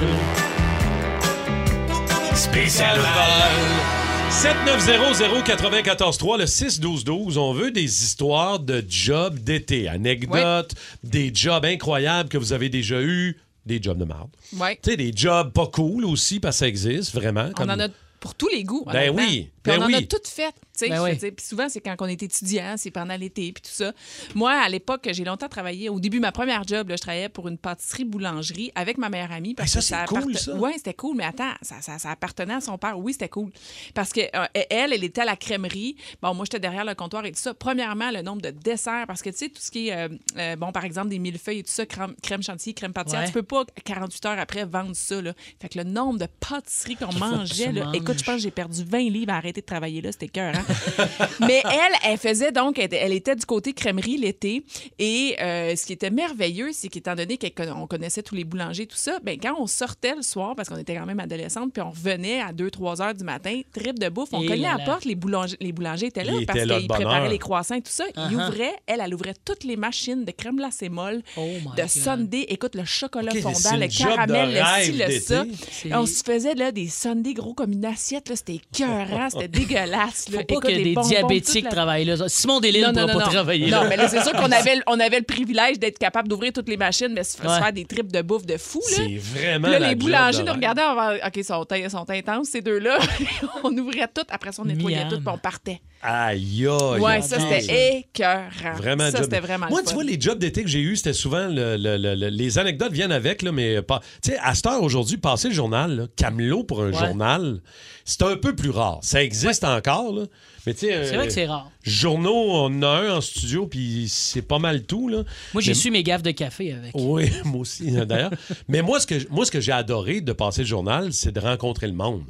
Speaker 3: 790-094-3, le 6-12-12, on veut des histoires de jobs d'été, anecdotes, des jobs incroyables que vous avez déjà eus, des jobs de marde.
Speaker 2: Ouais.
Speaker 3: Tu sais, des jobs pas cool aussi, parce que ça existe, vraiment.
Speaker 2: On
Speaker 3: hein, comme-
Speaker 2: en a pour tous les goûts.
Speaker 3: Ben
Speaker 2: honnêtement.
Speaker 3: oui,
Speaker 2: Puis
Speaker 3: ben
Speaker 2: on en a
Speaker 3: oui.
Speaker 2: toutes faites. sais,
Speaker 1: Ben
Speaker 2: je
Speaker 1: oui.
Speaker 2: veux dire, Puis souvent, c'est quand on est étudiant, c'est pendant l'été, puis tout ça. Moi, à l'époque, j'ai longtemps travaillé. Au début, ma première job, là, je travaillais pour une pâtisserie-boulangerie avec ma meilleure amie. Parce
Speaker 3: Ben, ça,
Speaker 2: que
Speaker 3: c'est cool,
Speaker 2: apparten-
Speaker 3: ça.
Speaker 2: Ouais, c'était cool, mais attends, ça, ça- ça appartenait à son père. Oui, c'était cool. Parce que euh, elle, elle était à la crèmerie. Bon, moi, j'étais derrière le comptoir et tout ça. Premièrement, le nombre de desserts, parce que tu sais, tout ce qui est, euh, euh, bon, par exemple, des millefeuilles et tout ça, crème, crème chantilly, crème pâtissière,
Speaker 1: Ouais.
Speaker 2: tu peux pas 48 heures après vendre ça, là. Fait que le nombre de pâtisseries qu'on mangeait, là,
Speaker 1: manges.
Speaker 2: écoute, je pense que j'ai perdu 20 livres à arrêter de travailler là, c'était cœur. hein. (laughs) Mais elle, elle faisait donc, elle, était- elle était du côté crèmerie l'été. Et euh, ce qui était merveilleux, c'est qu'étant donné qu'on connaissait tous les boulangers, tout ça, ben, quand on sortait le soir, parce qu'on était quand même adolescente, puis on revenait à 2-3 heures du matin, trip de bouffe, on
Speaker 1: Et
Speaker 2: cognait
Speaker 1: Eh là
Speaker 2: à
Speaker 1: là.
Speaker 2: la porte, les boulangers, les boulangers étaient là
Speaker 3: Ils
Speaker 2: parce
Speaker 3: étaient là de
Speaker 2: qu'ils
Speaker 3: bonne
Speaker 2: préparaient
Speaker 3: heure.
Speaker 2: les croissants et tout ça. Ils
Speaker 1: Uh-huh.
Speaker 2: ouvraient, elle, elle ouvrait toutes les machines de crème glacée molle,
Speaker 1: Oh my
Speaker 2: de
Speaker 1: God.
Speaker 2: Sunday, écoute, le chocolat
Speaker 3: Ok, c'est
Speaker 2: fondant,
Speaker 3: une
Speaker 2: le
Speaker 3: job de
Speaker 2: caramel, le ci,
Speaker 3: rêve
Speaker 2: le
Speaker 3: d'été.
Speaker 2: ça.
Speaker 1: C'est-
Speaker 2: On se faisait là, des Sundays gros comme une assiette, là, c'était écœurant,
Speaker 1: (laughs)
Speaker 2: c'était dégueulasse. Là.
Speaker 1: Faut pas
Speaker 2: Écoute,
Speaker 1: que
Speaker 2: les
Speaker 1: des
Speaker 2: bonbons, toute
Speaker 1: diabétiques
Speaker 2: la-
Speaker 1: travaillent là. Simon Delille ne pourra pas travailler
Speaker 2: non,
Speaker 1: là.
Speaker 2: mais là, c'est sûr
Speaker 1: (laughs)
Speaker 2: qu'on avait, le- on avait le privilège d'être capable d'ouvrir toutes les machines, mais se, se
Speaker 1: Ouais.
Speaker 2: faire des tripes de bouffe de fou, là.
Speaker 3: C'est vraiment.
Speaker 2: Puis là,
Speaker 3: la
Speaker 2: les
Speaker 3: job
Speaker 2: boulangers
Speaker 3: de
Speaker 2: nous
Speaker 3: rêve.
Speaker 2: regardaient, on va- OK, ils sont, ils sont intenses, ces deux-là. (laughs) on ouvrait tout, après ça, on nettoyait
Speaker 1: Miam. Oh,
Speaker 2: tout, puis on partait.
Speaker 3: Aïe, aïe.
Speaker 2: ouais,
Speaker 3: aïe,
Speaker 2: ça,
Speaker 3: aïe.
Speaker 2: c'était écœurant.
Speaker 3: Vraiment un
Speaker 2: ça,
Speaker 3: job-
Speaker 2: c'était vraiment
Speaker 3: Moi,
Speaker 2: le
Speaker 3: tu
Speaker 2: fun.
Speaker 3: vois, les jobs d'été que j'ai eu, c'était souvent le- le- le- le- les anecdotes viennent avec, là, mais pas. Tu sais, à cette heure aujourd'hui, passer le journal, là, Camelot pour un
Speaker 1: Ouais.
Speaker 3: journal, c'est un peu plus rare. Ça existe encore, là, mais tu sais.
Speaker 1: C'est
Speaker 3: euh,
Speaker 1: vrai que c'est rare.
Speaker 3: Journaux, on en a un en studio, puis c'est pas mal tout, là.
Speaker 1: Moi, j'ai
Speaker 3: Mais- Oh.
Speaker 1: su mes gaffes de café avec.
Speaker 3: Oui, (laughs) moi aussi, hein, d'ailleurs. Mais moi, ce que, moi, ce que j'ai adoré de passer le journal, c'est de rencontrer le monde.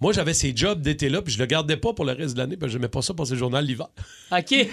Speaker 3: Moi, j'avais ces jobs d'été-là, puis je le gardais pas pour le reste de l'année, parce que j'aimais pas ça passer le journal l'hiver.
Speaker 1: OK.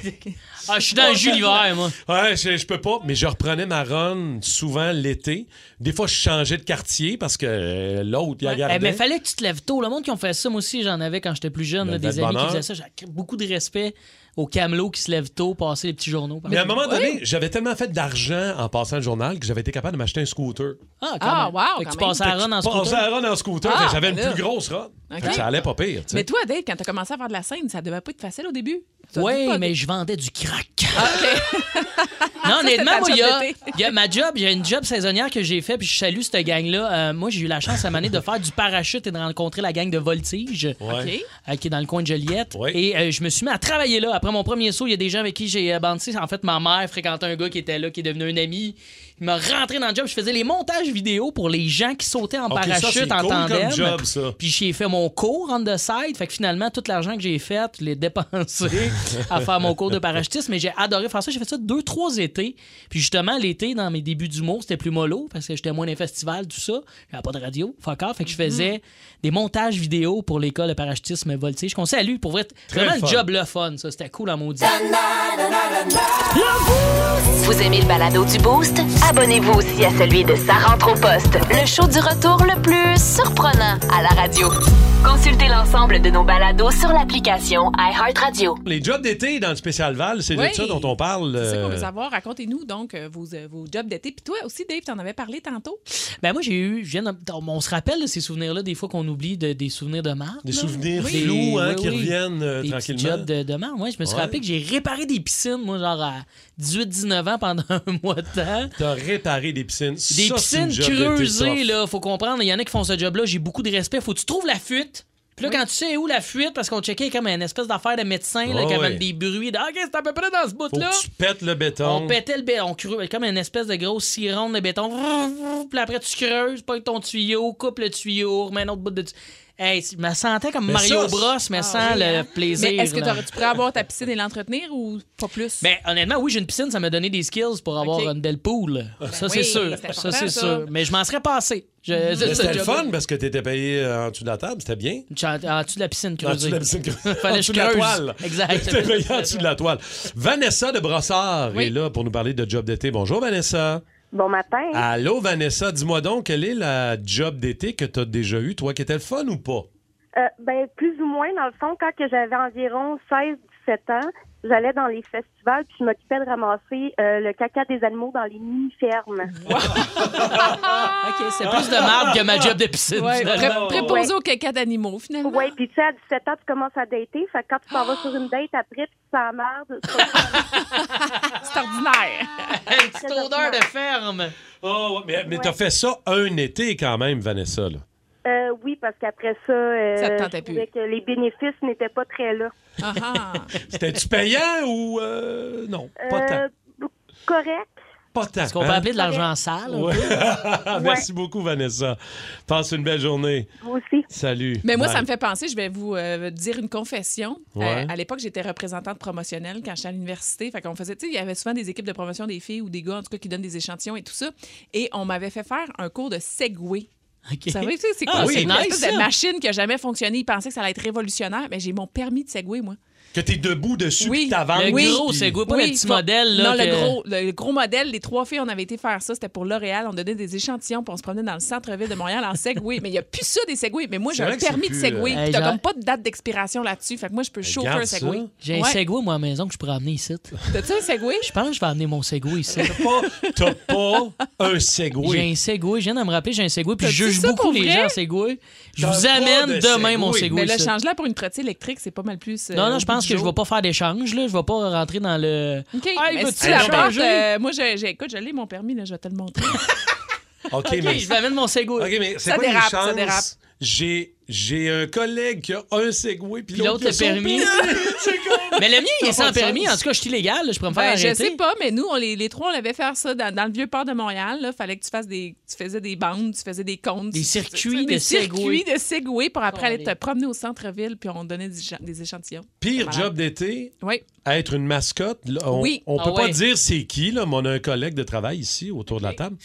Speaker 1: Ah, je suis dans le jus l'hiver, moi.
Speaker 3: Ouais, je, je peux pas, mais je reprenais ma run souvent l'été. Des fois, je changeais de quartier parce que euh, l'autre, il la
Speaker 1: Eh,
Speaker 3: gardait.
Speaker 1: mais fallait que tu te lèves tôt. Le monde qui ont fait ça, moi aussi, j'en avais quand j'étais plus jeune,
Speaker 3: Le
Speaker 1: là,
Speaker 3: lever
Speaker 1: des
Speaker 3: de
Speaker 1: amis
Speaker 3: bonne
Speaker 1: qui
Speaker 3: heure.
Speaker 1: faisaient ça. J'ai beaucoup de respect aux camelots qui se lèvent tôt, passer les petits journaux. par
Speaker 3: Mais à un
Speaker 1: exemple.
Speaker 3: moment donné, j'avais tellement fait d'argent en passant le journal que j'avais été capable de m'acheter un scooter.
Speaker 1: Ah, quand
Speaker 2: Ah,
Speaker 1: même.
Speaker 2: wow,
Speaker 1: Fait que
Speaker 2: quand
Speaker 1: tu
Speaker 2: même.
Speaker 1: passais à run en
Speaker 3: Passais
Speaker 1: scooter. ben
Speaker 3: la run en scooter,
Speaker 2: Ah,
Speaker 3: fait que j'avais une
Speaker 2: là.
Speaker 3: plus grosse run. Fait que
Speaker 2: Ok.
Speaker 3: Ça allait pas pire. tu sais.
Speaker 2: Mais toi, Dave, quand t'as commencé à faire de la scène, ça devait pas être facile au début. Ça devait
Speaker 1: Oui,
Speaker 2: pas-
Speaker 1: mais je vendais du crack.
Speaker 2: Ah, (laughs) OK.
Speaker 1: (laughs) Non, honnêtement,
Speaker 2: ta
Speaker 1: moi,
Speaker 2: job
Speaker 1: il y a,
Speaker 2: d'été.
Speaker 1: (laughs) il y a ma job, j'ai une job saisonnière que j'ai fait, puis je salue cette gang-là. Euh, moi, j'ai eu la chance à Mané de faire du parachute et de rencontrer la gang de Voltige.
Speaker 3: Ouais.
Speaker 2: OK.
Speaker 1: euh, qui est dans le coin de Joliette.
Speaker 3: Oui.
Speaker 1: Et euh, je me suis mis à travailler là. Après mon premier saut, il y a des gens avec qui j'ai euh, bandé. En fait, ma mère fréquentait un gars qui était là, qui est devenu un ami. Il m'a rentré dans le job. Je faisais les montages vidéo pour les gens qui sautaient en
Speaker 3: Ok, ça,
Speaker 1: parachute
Speaker 3: c'est
Speaker 1: en
Speaker 3: cool comme
Speaker 1: tandem.
Speaker 3: job, ça.
Speaker 1: Puis j'ai fait mon cours on the side. Fait que finalement, tout l'argent que j'ai fait, je
Speaker 3: (laughs)
Speaker 1: l'ai dépensé à faire mon cours de parachutisme. Mais j'ai adoré faire ça. J'ai fait ça deux, trois étés. Puis justement, l'été, dans mes débuts d'humour, c'était plus mollo parce que j'étais moins dans les festivals, tout ça. J'avais pas de radio, fuck off. Fait que je
Speaker 3: Mm-hmm.
Speaker 1: faisais des montages vidéo pour l'école de parachutisme voltige. Qu'on salue pour vrai. vraiment
Speaker 3: fun.
Speaker 1: le job le fun, ça. C'était cool à maudit.
Speaker 7: Vous aimez le balado du Boost? Abonnez-vous aussi à celui de Sa rentre au poste, le show du retour le plus surprenant à la radio. Consultez l'ensemble de nos balados sur l'application iHeartRadio.
Speaker 3: Les jobs d'été dans le spécial Val, c'est de
Speaker 2: Oui.
Speaker 3: ça dont on parle.
Speaker 2: C'est ça qu'on
Speaker 3: euh,
Speaker 2: veut savoir. Racontez-nous donc euh, vos, euh, vos jobs d'été. Puis toi aussi, Dave, t'en avais parlé tantôt.
Speaker 1: Ben moi, j'ai eu. je viens de- on, on se rappelle de ces souvenirs-là, des fois qu'on oublie de- des souvenirs de marde.
Speaker 3: Des
Speaker 1: là.
Speaker 3: souvenirs
Speaker 1: Oui.
Speaker 3: flous hein,
Speaker 1: Oui,
Speaker 3: qui
Speaker 1: oui.
Speaker 3: reviennent euh,
Speaker 1: des petits
Speaker 3: tranquillement.
Speaker 1: jobs de, de marde. Ouais, je me suis
Speaker 3: Ouais.
Speaker 1: rappelé que j'ai réparé des piscines, moi, genre à 18-19 ans pendant (laughs) un mois de temps.
Speaker 3: T'as réparé des piscines.
Speaker 1: Des
Speaker 3: Ça, c'est une
Speaker 1: piscines
Speaker 3: job d'été
Speaker 1: creusées,
Speaker 3: tough.
Speaker 1: là, faut comprendre. Il y en a qui font ce job-là, j'ai beaucoup de respect. Faut que tu trouves la fuite. Puis là, quand tu sais où la fuite, parce qu'on checkait comme une espèce d'affaire de médecin, là,
Speaker 3: Ah
Speaker 1: qui avait
Speaker 3: ouais.
Speaker 1: des bruits. de, Ah, OK, c'est à peu près dans ce
Speaker 3: Faut
Speaker 1: bout-là.
Speaker 3: que tu pètes le béton.
Speaker 1: On pétait le béton, on creusait comme une espèce de grosse sironde de béton. Vroom, vroom, Puis après, tu creuses, avec ton tuyau, coupe le tuyau, remets un autre bout de tuyau. Hey, je me sentais comme
Speaker 3: Mais
Speaker 1: Mario
Speaker 3: ça, c'est-
Speaker 1: Bros, mais sans le plaisir.
Speaker 2: Ah, hein? Mais est-ce que
Speaker 1: là.
Speaker 2: t'aurais- tu pourrais avoir ta piscine et l'entretenir ou pas plus?
Speaker 1: Ben, honnêtement, oui, j'ai une piscine, ça m'a donné des skills pour avoir
Speaker 2: Ok.
Speaker 1: une belle poule.
Speaker 3: Ben
Speaker 1: ça, c'est
Speaker 2: oui,
Speaker 1: sûr.
Speaker 2: c'est
Speaker 1: Ça,
Speaker 2: important,
Speaker 1: c'est
Speaker 2: ça.
Speaker 1: sûr. Mais je m'en serais passé. Je, c'est
Speaker 3: Mais
Speaker 1: ça,
Speaker 3: Ben, C'était le
Speaker 1: job.
Speaker 3: fun parce que t'étais payé euh, en dessous de la table, c'était bien.
Speaker 1: Je suis En, en dessous de la piscine
Speaker 3: En dessous
Speaker 1: creusée.
Speaker 3: de la piscine
Speaker 1: (laughs)
Speaker 3: creusée.
Speaker 1: Fallait
Speaker 3: En
Speaker 1: que
Speaker 3: dessous
Speaker 1: je
Speaker 3: de la
Speaker 1: creuse.
Speaker 3: toile.
Speaker 1: Exact.
Speaker 3: T'étais payé en dessous de la toile. Vanessa de Brossard
Speaker 2: Oui.
Speaker 3: est là pour nous parler de job d'été. Bonjour, Vanessa.
Speaker 10: Bon matin.
Speaker 3: Allô, Vanessa. Dis-moi donc, quelle est la job d'été que t'as déjà eue, toi, qui était le fun ou pas?
Speaker 10: Euh, ben, plus ou moins, dans le fond, quand que j'avais environ 16-17 ans, j'allais dans les festivals puis je m'occupais de ramasser euh, le caca des animaux dans les nids-fermes.
Speaker 1: OK, c'est plus de marbre que ma job de piscine.
Speaker 2: Ouais,
Speaker 1: finalement. (laughs)
Speaker 2: pré- préposé au caca d'animaux, finalement.
Speaker 10: Ouais, puis tu sais, à 17 ans, tu commences à dater. Fait que quand tu t'en vas
Speaker 1: Oh!
Speaker 10: sur une date après puis tu s'emmerdes, c'est pas
Speaker 2: (laughs) C'est ordinaire.
Speaker 1: Une petite odeur de ferme.
Speaker 3: Ah, Oh, mais mais t'as fait ça un été quand même, Vanessa. Là.
Speaker 10: (laughs) Euh, oui, parce qu'après ça, euh,
Speaker 2: Ça te tentait
Speaker 10: je trouvais que les bénéfices n'étaient pas très là.
Speaker 3: (laughs) C'était-tu payant ou euh, non? Pas tant.
Speaker 10: Euh, correct.
Speaker 3: Pas tant.
Speaker 1: Est-ce qu'on peut
Speaker 3: hein?
Speaker 1: appeler de l'argent sale? un
Speaker 3: Ouais.
Speaker 1: peu?
Speaker 3: Merci beaucoup, Vanessa. Passe une belle journée.
Speaker 10: Vous aussi.
Speaker 3: Salut.
Speaker 2: (laughs) Mais moi,
Speaker 3: Bye.
Speaker 2: ça me fait penser, je vais vous euh, dire une confession.
Speaker 3: Ouais.
Speaker 2: Euh, à l'époque, j'étais représentante promotionnelle quand j'étais à l'université. Fait qu'on faisait, tu sais, il y avait souvent des équipes de promotion des filles ou des gars, en tout cas, qui donnent des échantillons et tout ça. Et on m'avait fait faire un cours de Segway. Vous savez, tu sais, c'est quoi?
Speaker 1: Ah oui,
Speaker 2: c'est une
Speaker 1: nice,
Speaker 2: espèce
Speaker 1: ça.
Speaker 2: de machine qui n'a jamais fonctionné. Ils pensaient que ça allait être révolutionnaire. Mais j'ai mon permis de Segway, moi.
Speaker 3: Que t'es debout dessus,
Speaker 2: Oui.
Speaker 3: puis t'avances.
Speaker 2: Le
Speaker 3: puis-
Speaker 1: gros Segway, pas
Speaker 2: Oui,
Speaker 1: le petit
Speaker 2: faut-
Speaker 1: modèle. Là,
Speaker 2: non,
Speaker 1: que-
Speaker 2: le, gros, le le gros modèle, les trois filles, on avait été faire ça. C'était pour L'Oréal. On donnait des échantillons, puis on se promenait dans le centre-ville de Montréal en Segway. mais il n'y a plus ça des Segway. Mais moi,
Speaker 3: C'est
Speaker 2: j'ai
Speaker 3: vrai
Speaker 2: un
Speaker 3: que c'est
Speaker 2: permis de
Speaker 3: plus,
Speaker 2: Segway.
Speaker 3: euh, Ben,
Speaker 2: puis
Speaker 1: Hey,
Speaker 2: T'as
Speaker 1: Jean-
Speaker 2: comme pas de date d'expiration là-dessus. Fait que moi, je peux chauffer
Speaker 3: garde
Speaker 2: un Segway.
Speaker 3: ça.
Speaker 1: J'ai un
Speaker 2: Ouais.
Speaker 1: Segway, moi, à la maison, que je pourrais amener ici.
Speaker 2: T'as-tu un Segway?
Speaker 1: Je pense que je vais amener mon Segway ici.
Speaker 3: (laughs) T'as pas un Segway.
Speaker 1: J'ai un Segway. Je viens de me rappeler, j'ai un Segway. Puis je
Speaker 2: T'as-tu
Speaker 1: juge
Speaker 2: ça
Speaker 1: beaucoup
Speaker 2: pour
Speaker 1: les
Speaker 2: vrai?
Speaker 1: gens à Segway. Je
Speaker 3: T'as
Speaker 1: vous
Speaker 3: pas de
Speaker 1: amène demain mon
Speaker 3: Segway.
Speaker 1: Segway.
Speaker 2: Mais Ben, là,
Speaker 1: ici.
Speaker 2: change-la pour une trottinette électrique, c'est pas mal plus. euh,
Speaker 1: Non,
Speaker 2: au
Speaker 1: non, je pense
Speaker 2: bout
Speaker 1: que
Speaker 2: du
Speaker 1: je
Speaker 2: jour.
Speaker 1: vais pas faire d'échange. là. Je vais pas rentrer dans le.
Speaker 2: OK,
Speaker 1: Hey,
Speaker 2: mais
Speaker 1: veux-tu
Speaker 2: si tu la
Speaker 1: la
Speaker 2: portes,
Speaker 1: changer?
Speaker 2: euh, moi, j'ai, j'ai- écoute, je l'ai, mon permis, là, je vais te le montrer.
Speaker 3: OK,
Speaker 1: OK,
Speaker 3: mais.
Speaker 1: je vais amener mon Segway.
Speaker 3: OK, mais c'est
Speaker 2: Ça
Speaker 3: quoi les
Speaker 2: dérape, ça
Speaker 3: chances?
Speaker 2: dérape.
Speaker 3: J'ai, j'ai un collègue qui a un Segway, puis
Speaker 1: Puis l'autre,
Speaker 3: l'autre
Speaker 1: le permis. (laughs)
Speaker 3: c'est comme...
Speaker 1: Mais le mien, il est
Speaker 3: Ça a pas
Speaker 1: sans
Speaker 3: de sens.
Speaker 1: permis. En tout cas, je suis illégal. là. Je pourrais me faire
Speaker 2: Ben, je
Speaker 1: arrêter.
Speaker 2: sais pas, mais nous, on, les, les trois, on avait fait ça dans, dans le vieux port de Montréal. Là, fallait que tu fasses des, tu faisais des bandes, tu faisais des comptes,
Speaker 1: Des
Speaker 2: tu-
Speaker 1: circuits
Speaker 2: tu-
Speaker 1: de
Speaker 2: des
Speaker 1: Segway.
Speaker 2: circuits de Segway pour après aller te
Speaker 1: Allez.
Speaker 2: promener au centre-ville, puis on donnait des, écha- des échantillons.
Speaker 3: Pire
Speaker 2: Voilà.
Speaker 3: job d'été,
Speaker 2: Oui.
Speaker 3: être une mascotte. Là, On,
Speaker 2: Oui.
Speaker 3: on
Speaker 1: Ah
Speaker 3: peut pas
Speaker 1: ouais.
Speaker 3: dire c'est qui, là, mais on a un collègue de travail ici autour de la table,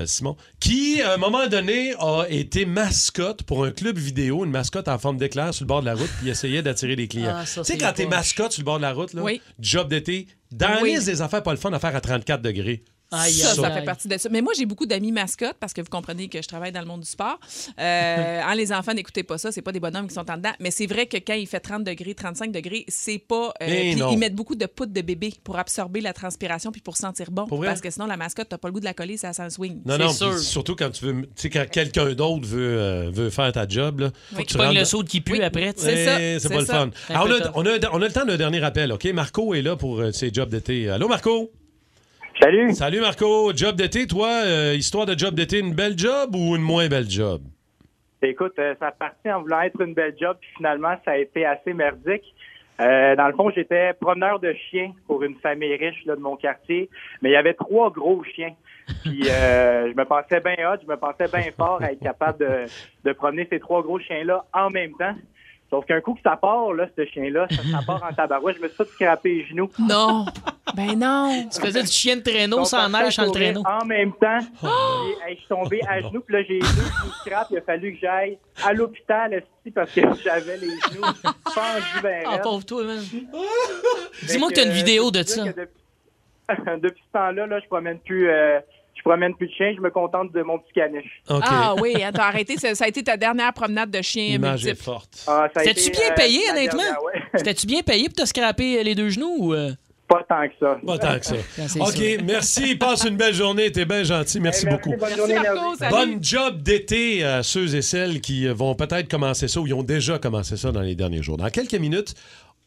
Speaker 3: euh, Simon, qui, à un moment donné, a été mascotte pour un club vidéo, une mascotte en forme d'éclair sur le bord de la route, puis il essayait d'attirer des clients.
Speaker 1: Ah,
Speaker 3: tu
Speaker 1: ça,
Speaker 3: sais,
Speaker 1: c'est
Speaker 3: quand t'es
Speaker 1: poche.
Speaker 3: mascotte sur le bord de la route, là,
Speaker 2: Oui.
Speaker 3: job d'été, dans
Speaker 2: Oui.
Speaker 3: la liste des affaires pas le fun à faire à 34 degrés.
Speaker 1: Aïe,
Speaker 2: ça,
Speaker 1: aïe,
Speaker 2: ça
Speaker 1: aïe.
Speaker 2: fait partie de ça. Mais moi, j'ai beaucoup d'amis mascottes parce que vous comprenez que je travaille dans le monde du sport.
Speaker 1: (laughs)
Speaker 2: Euh, hein, les enfants, n'écoutez pas ça. C'est pas des bonhommes qui sont en dedans. Mais c'est vrai que quand il fait 30 degrés, 35 degrés, c'est pas. euh,
Speaker 1: Eh
Speaker 3: Mais
Speaker 2: puis
Speaker 3: non.
Speaker 2: ils mettent beaucoup de poudre de bébé pour absorber la transpiration puis pour sentir bon.
Speaker 3: Pour vrai?
Speaker 2: parce que sinon, la mascotte, t'as pas le goût de la coller, ça sent le swing.
Speaker 3: Non,
Speaker 1: C'est
Speaker 3: non,
Speaker 1: sûr.
Speaker 3: puis surtout quand tu veux, tu sais, quand quelqu'un d'autre veut, euh, veut faire ta job, là, faut que
Speaker 1: Tu pognes
Speaker 3: rentres
Speaker 1: le saut qui pue
Speaker 2: Oui.
Speaker 1: après. tu sais.
Speaker 2: C'est
Speaker 3: Eh,
Speaker 2: ça,
Speaker 3: C'est
Speaker 2: c'est
Speaker 3: pas le
Speaker 2: ça.
Speaker 3: fun.
Speaker 1: Un
Speaker 3: Ah, on,
Speaker 1: peu
Speaker 3: a,
Speaker 1: tough.
Speaker 3: on a- on a le temps d'un dernier appel, OK? Marco est là pour euh, ses jobs d'été. Allô, Marco?
Speaker 11: Salut.
Speaker 3: Salut, Marco. Job d'été, toi, euh, histoire de job d'été, une belle job ou une moins belle job?
Speaker 11: Écoute, euh, ça partit en voulant être une belle job, puis finalement, ça a été assez merdique. Euh, dans le fond, j'étais promeneur de chiens pour une famille riche là, de mon quartier, mais il y avait trois gros chiens. Puis euh, (laughs) je me pensais bien hot, je me pensais bien fort à être capable de, de promener ces trois gros chiens-là en même temps. Sauf qu'un coup que ça part, là, ce chien-là, ça, ça part en tabarouette, je me suis fait scraper les genoux.
Speaker 2: Non! ben non!
Speaker 1: Tu faisais du chien de traîneau
Speaker 11: Donc,
Speaker 1: sans
Speaker 11: parti à
Speaker 1: neige, sans le
Speaker 11: courir
Speaker 1: traîneau. Oh!
Speaker 11: En même temps, Et, hey, je suis tombé à genoux, puis là, j'ai eu deux coups de crappe. Il a fallu que j'aille à l'hôpital, esti, parce que (laughs) j'avais les genoux pendus ben
Speaker 1: Ah,
Speaker 11: raides.
Speaker 1: pauvre toi, man.
Speaker 11: Fait
Speaker 1: Dis-moi que t'as une
Speaker 11: euh,
Speaker 1: vidéo
Speaker 11: je
Speaker 1: de
Speaker 11: peux dire
Speaker 1: ça.
Speaker 11: que Depuis, (laughs) depuis ce temps-là, là, je promène plus... euh, je promène plus de chien, je me contente de mon petit caniche.
Speaker 3: OK.
Speaker 2: Ah oui, hein, t'as arrêté. Ça, ça a été ta dernière promenade de chien
Speaker 3: L'image est
Speaker 2: multiple.
Speaker 3: forte.
Speaker 11: Ah, ça a
Speaker 1: T'es-tu
Speaker 11: été,
Speaker 1: bien
Speaker 11: euh,
Speaker 1: payé,
Speaker 11: la
Speaker 1: honnêtement?
Speaker 11: dernière,
Speaker 12: (laughs)
Speaker 11: ouais.
Speaker 1: T'as-tu bien payé pour te scraper les deux genoux ou. euh?
Speaker 11: Pas tant que ça.
Speaker 3: Pas tant que ça.
Speaker 1: Ah, c'est
Speaker 3: OK, merci. Passe une belle journée. T'es bien gentil. Merci,
Speaker 11: Eh,
Speaker 3: beaucoup.
Speaker 11: Bonne
Speaker 2: Merci
Speaker 11: journée,
Speaker 2: Marco,
Speaker 11: Navi.
Speaker 2: salut.
Speaker 3: Bonne job d'été à ceux et celles qui euh, vont peut-être commencer ça ou ils ont déjà commencé ça dans les derniers jours. Dans quelques minutes,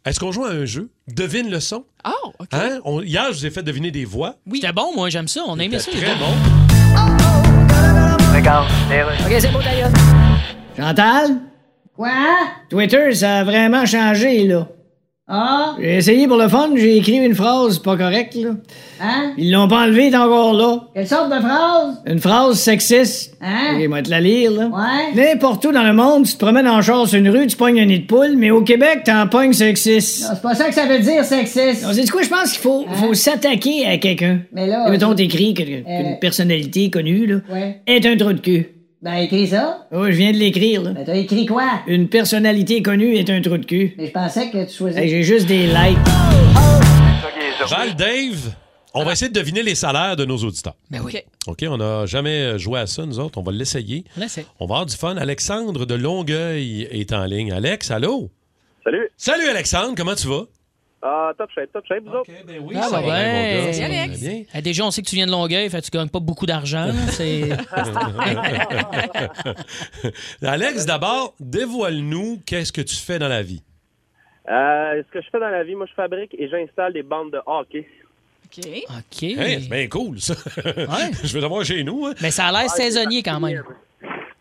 Speaker 3: est-ce qu'on joue à un jeu? Devine le son.
Speaker 2: Oh, OK.
Speaker 3: Hein? On- hier, je vous ai fait deviner des voix.
Speaker 1: Oui. C'était bon, moi, j'aime ça. On a aimé ça.
Speaker 3: C'était
Speaker 1: les
Speaker 3: très
Speaker 2: (laughs)
Speaker 1: deux.
Speaker 3: bon.
Speaker 4: OK, c'est beau, d'ailleurs. Chantal,
Speaker 9: Quoi?
Speaker 4: Twitter, ça a vraiment changé, là.
Speaker 9: Ah?
Speaker 4: J'ai essayé pour le fun, j'ai écrit une phrase pas correcte, là.
Speaker 9: Hein?
Speaker 4: Ils l'ont pas enlevée, elle est encore là.
Speaker 9: Quelle sorte de phrase?
Speaker 4: Une phrase sexiste.
Speaker 9: Hein?
Speaker 4: OK, moi, te la lire, là.
Speaker 9: Ouais.
Speaker 4: N'importe où dans le monde, tu te promènes en char sur une rue, tu pognes un nid de poule, mais au Québec, t'en pognes sexiste.
Speaker 9: Non, c'est pas ça que ça veut dire, sexiste. Hein?
Speaker 4: On sait quoi, je pense qu'il faut, faut s'attaquer à quelqu'un.
Speaker 9: Mais là,
Speaker 4: Et Mettons, t'écris que- qu'une
Speaker 9: Euh.
Speaker 4: personnalité connue, là,
Speaker 9: Ouais.
Speaker 4: est un trou de cul.
Speaker 9: ben écris ça.
Speaker 4: Oh, je viens de l'écrire, là.
Speaker 9: Ben t'as écrit quoi?
Speaker 4: Une personnalité connue est un trou de cul.
Speaker 9: Mais je pensais que tu choisissais.
Speaker 4: Hey, J'ai juste des likes.
Speaker 3: Val Dave, on va essayer de deviner les salaires de nos auditeurs.
Speaker 1: Ben oui.
Speaker 3: OK, on n'a jamais joué à ça, nous autres. On va l'essayer.
Speaker 1: Là, c'est.
Speaker 3: On va avoir du fun. Alexandre de Longueuil est en ligne. Alex, allô?
Speaker 11: Salut.
Speaker 3: Salut, Alexandre. Comment tu vas?
Speaker 11: Ah, top shape, top shape, vous autres.
Speaker 3: ben oui,
Speaker 1: Ah, ça ben va bien, ouais. mon gars.
Speaker 2: Salut, Alex.
Speaker 1: Eh, Déjà, on sait que tu viens de Longueuil, fait que tu gagnes pas beaucoup d'argent. là. C'est.
Speaker 3: Alex, d'abord, dévoile-nous qu'est-ce que tu fais dans la vie.
Speaker 11: Euh, ce que je fais dans la vie, moi, je fabrique et j'installe des bandes de hockey.
Speaker 2: OK.
Speaker 1: OK.
Speaker 3: Hey, c'est bien cool, ça.
Speaker 1: Ouais.
Speaker 3: (laughs) Je vais t'avoir chez nous. hein.
Speaker 1: Mais ça a l'air saisonnier quand même.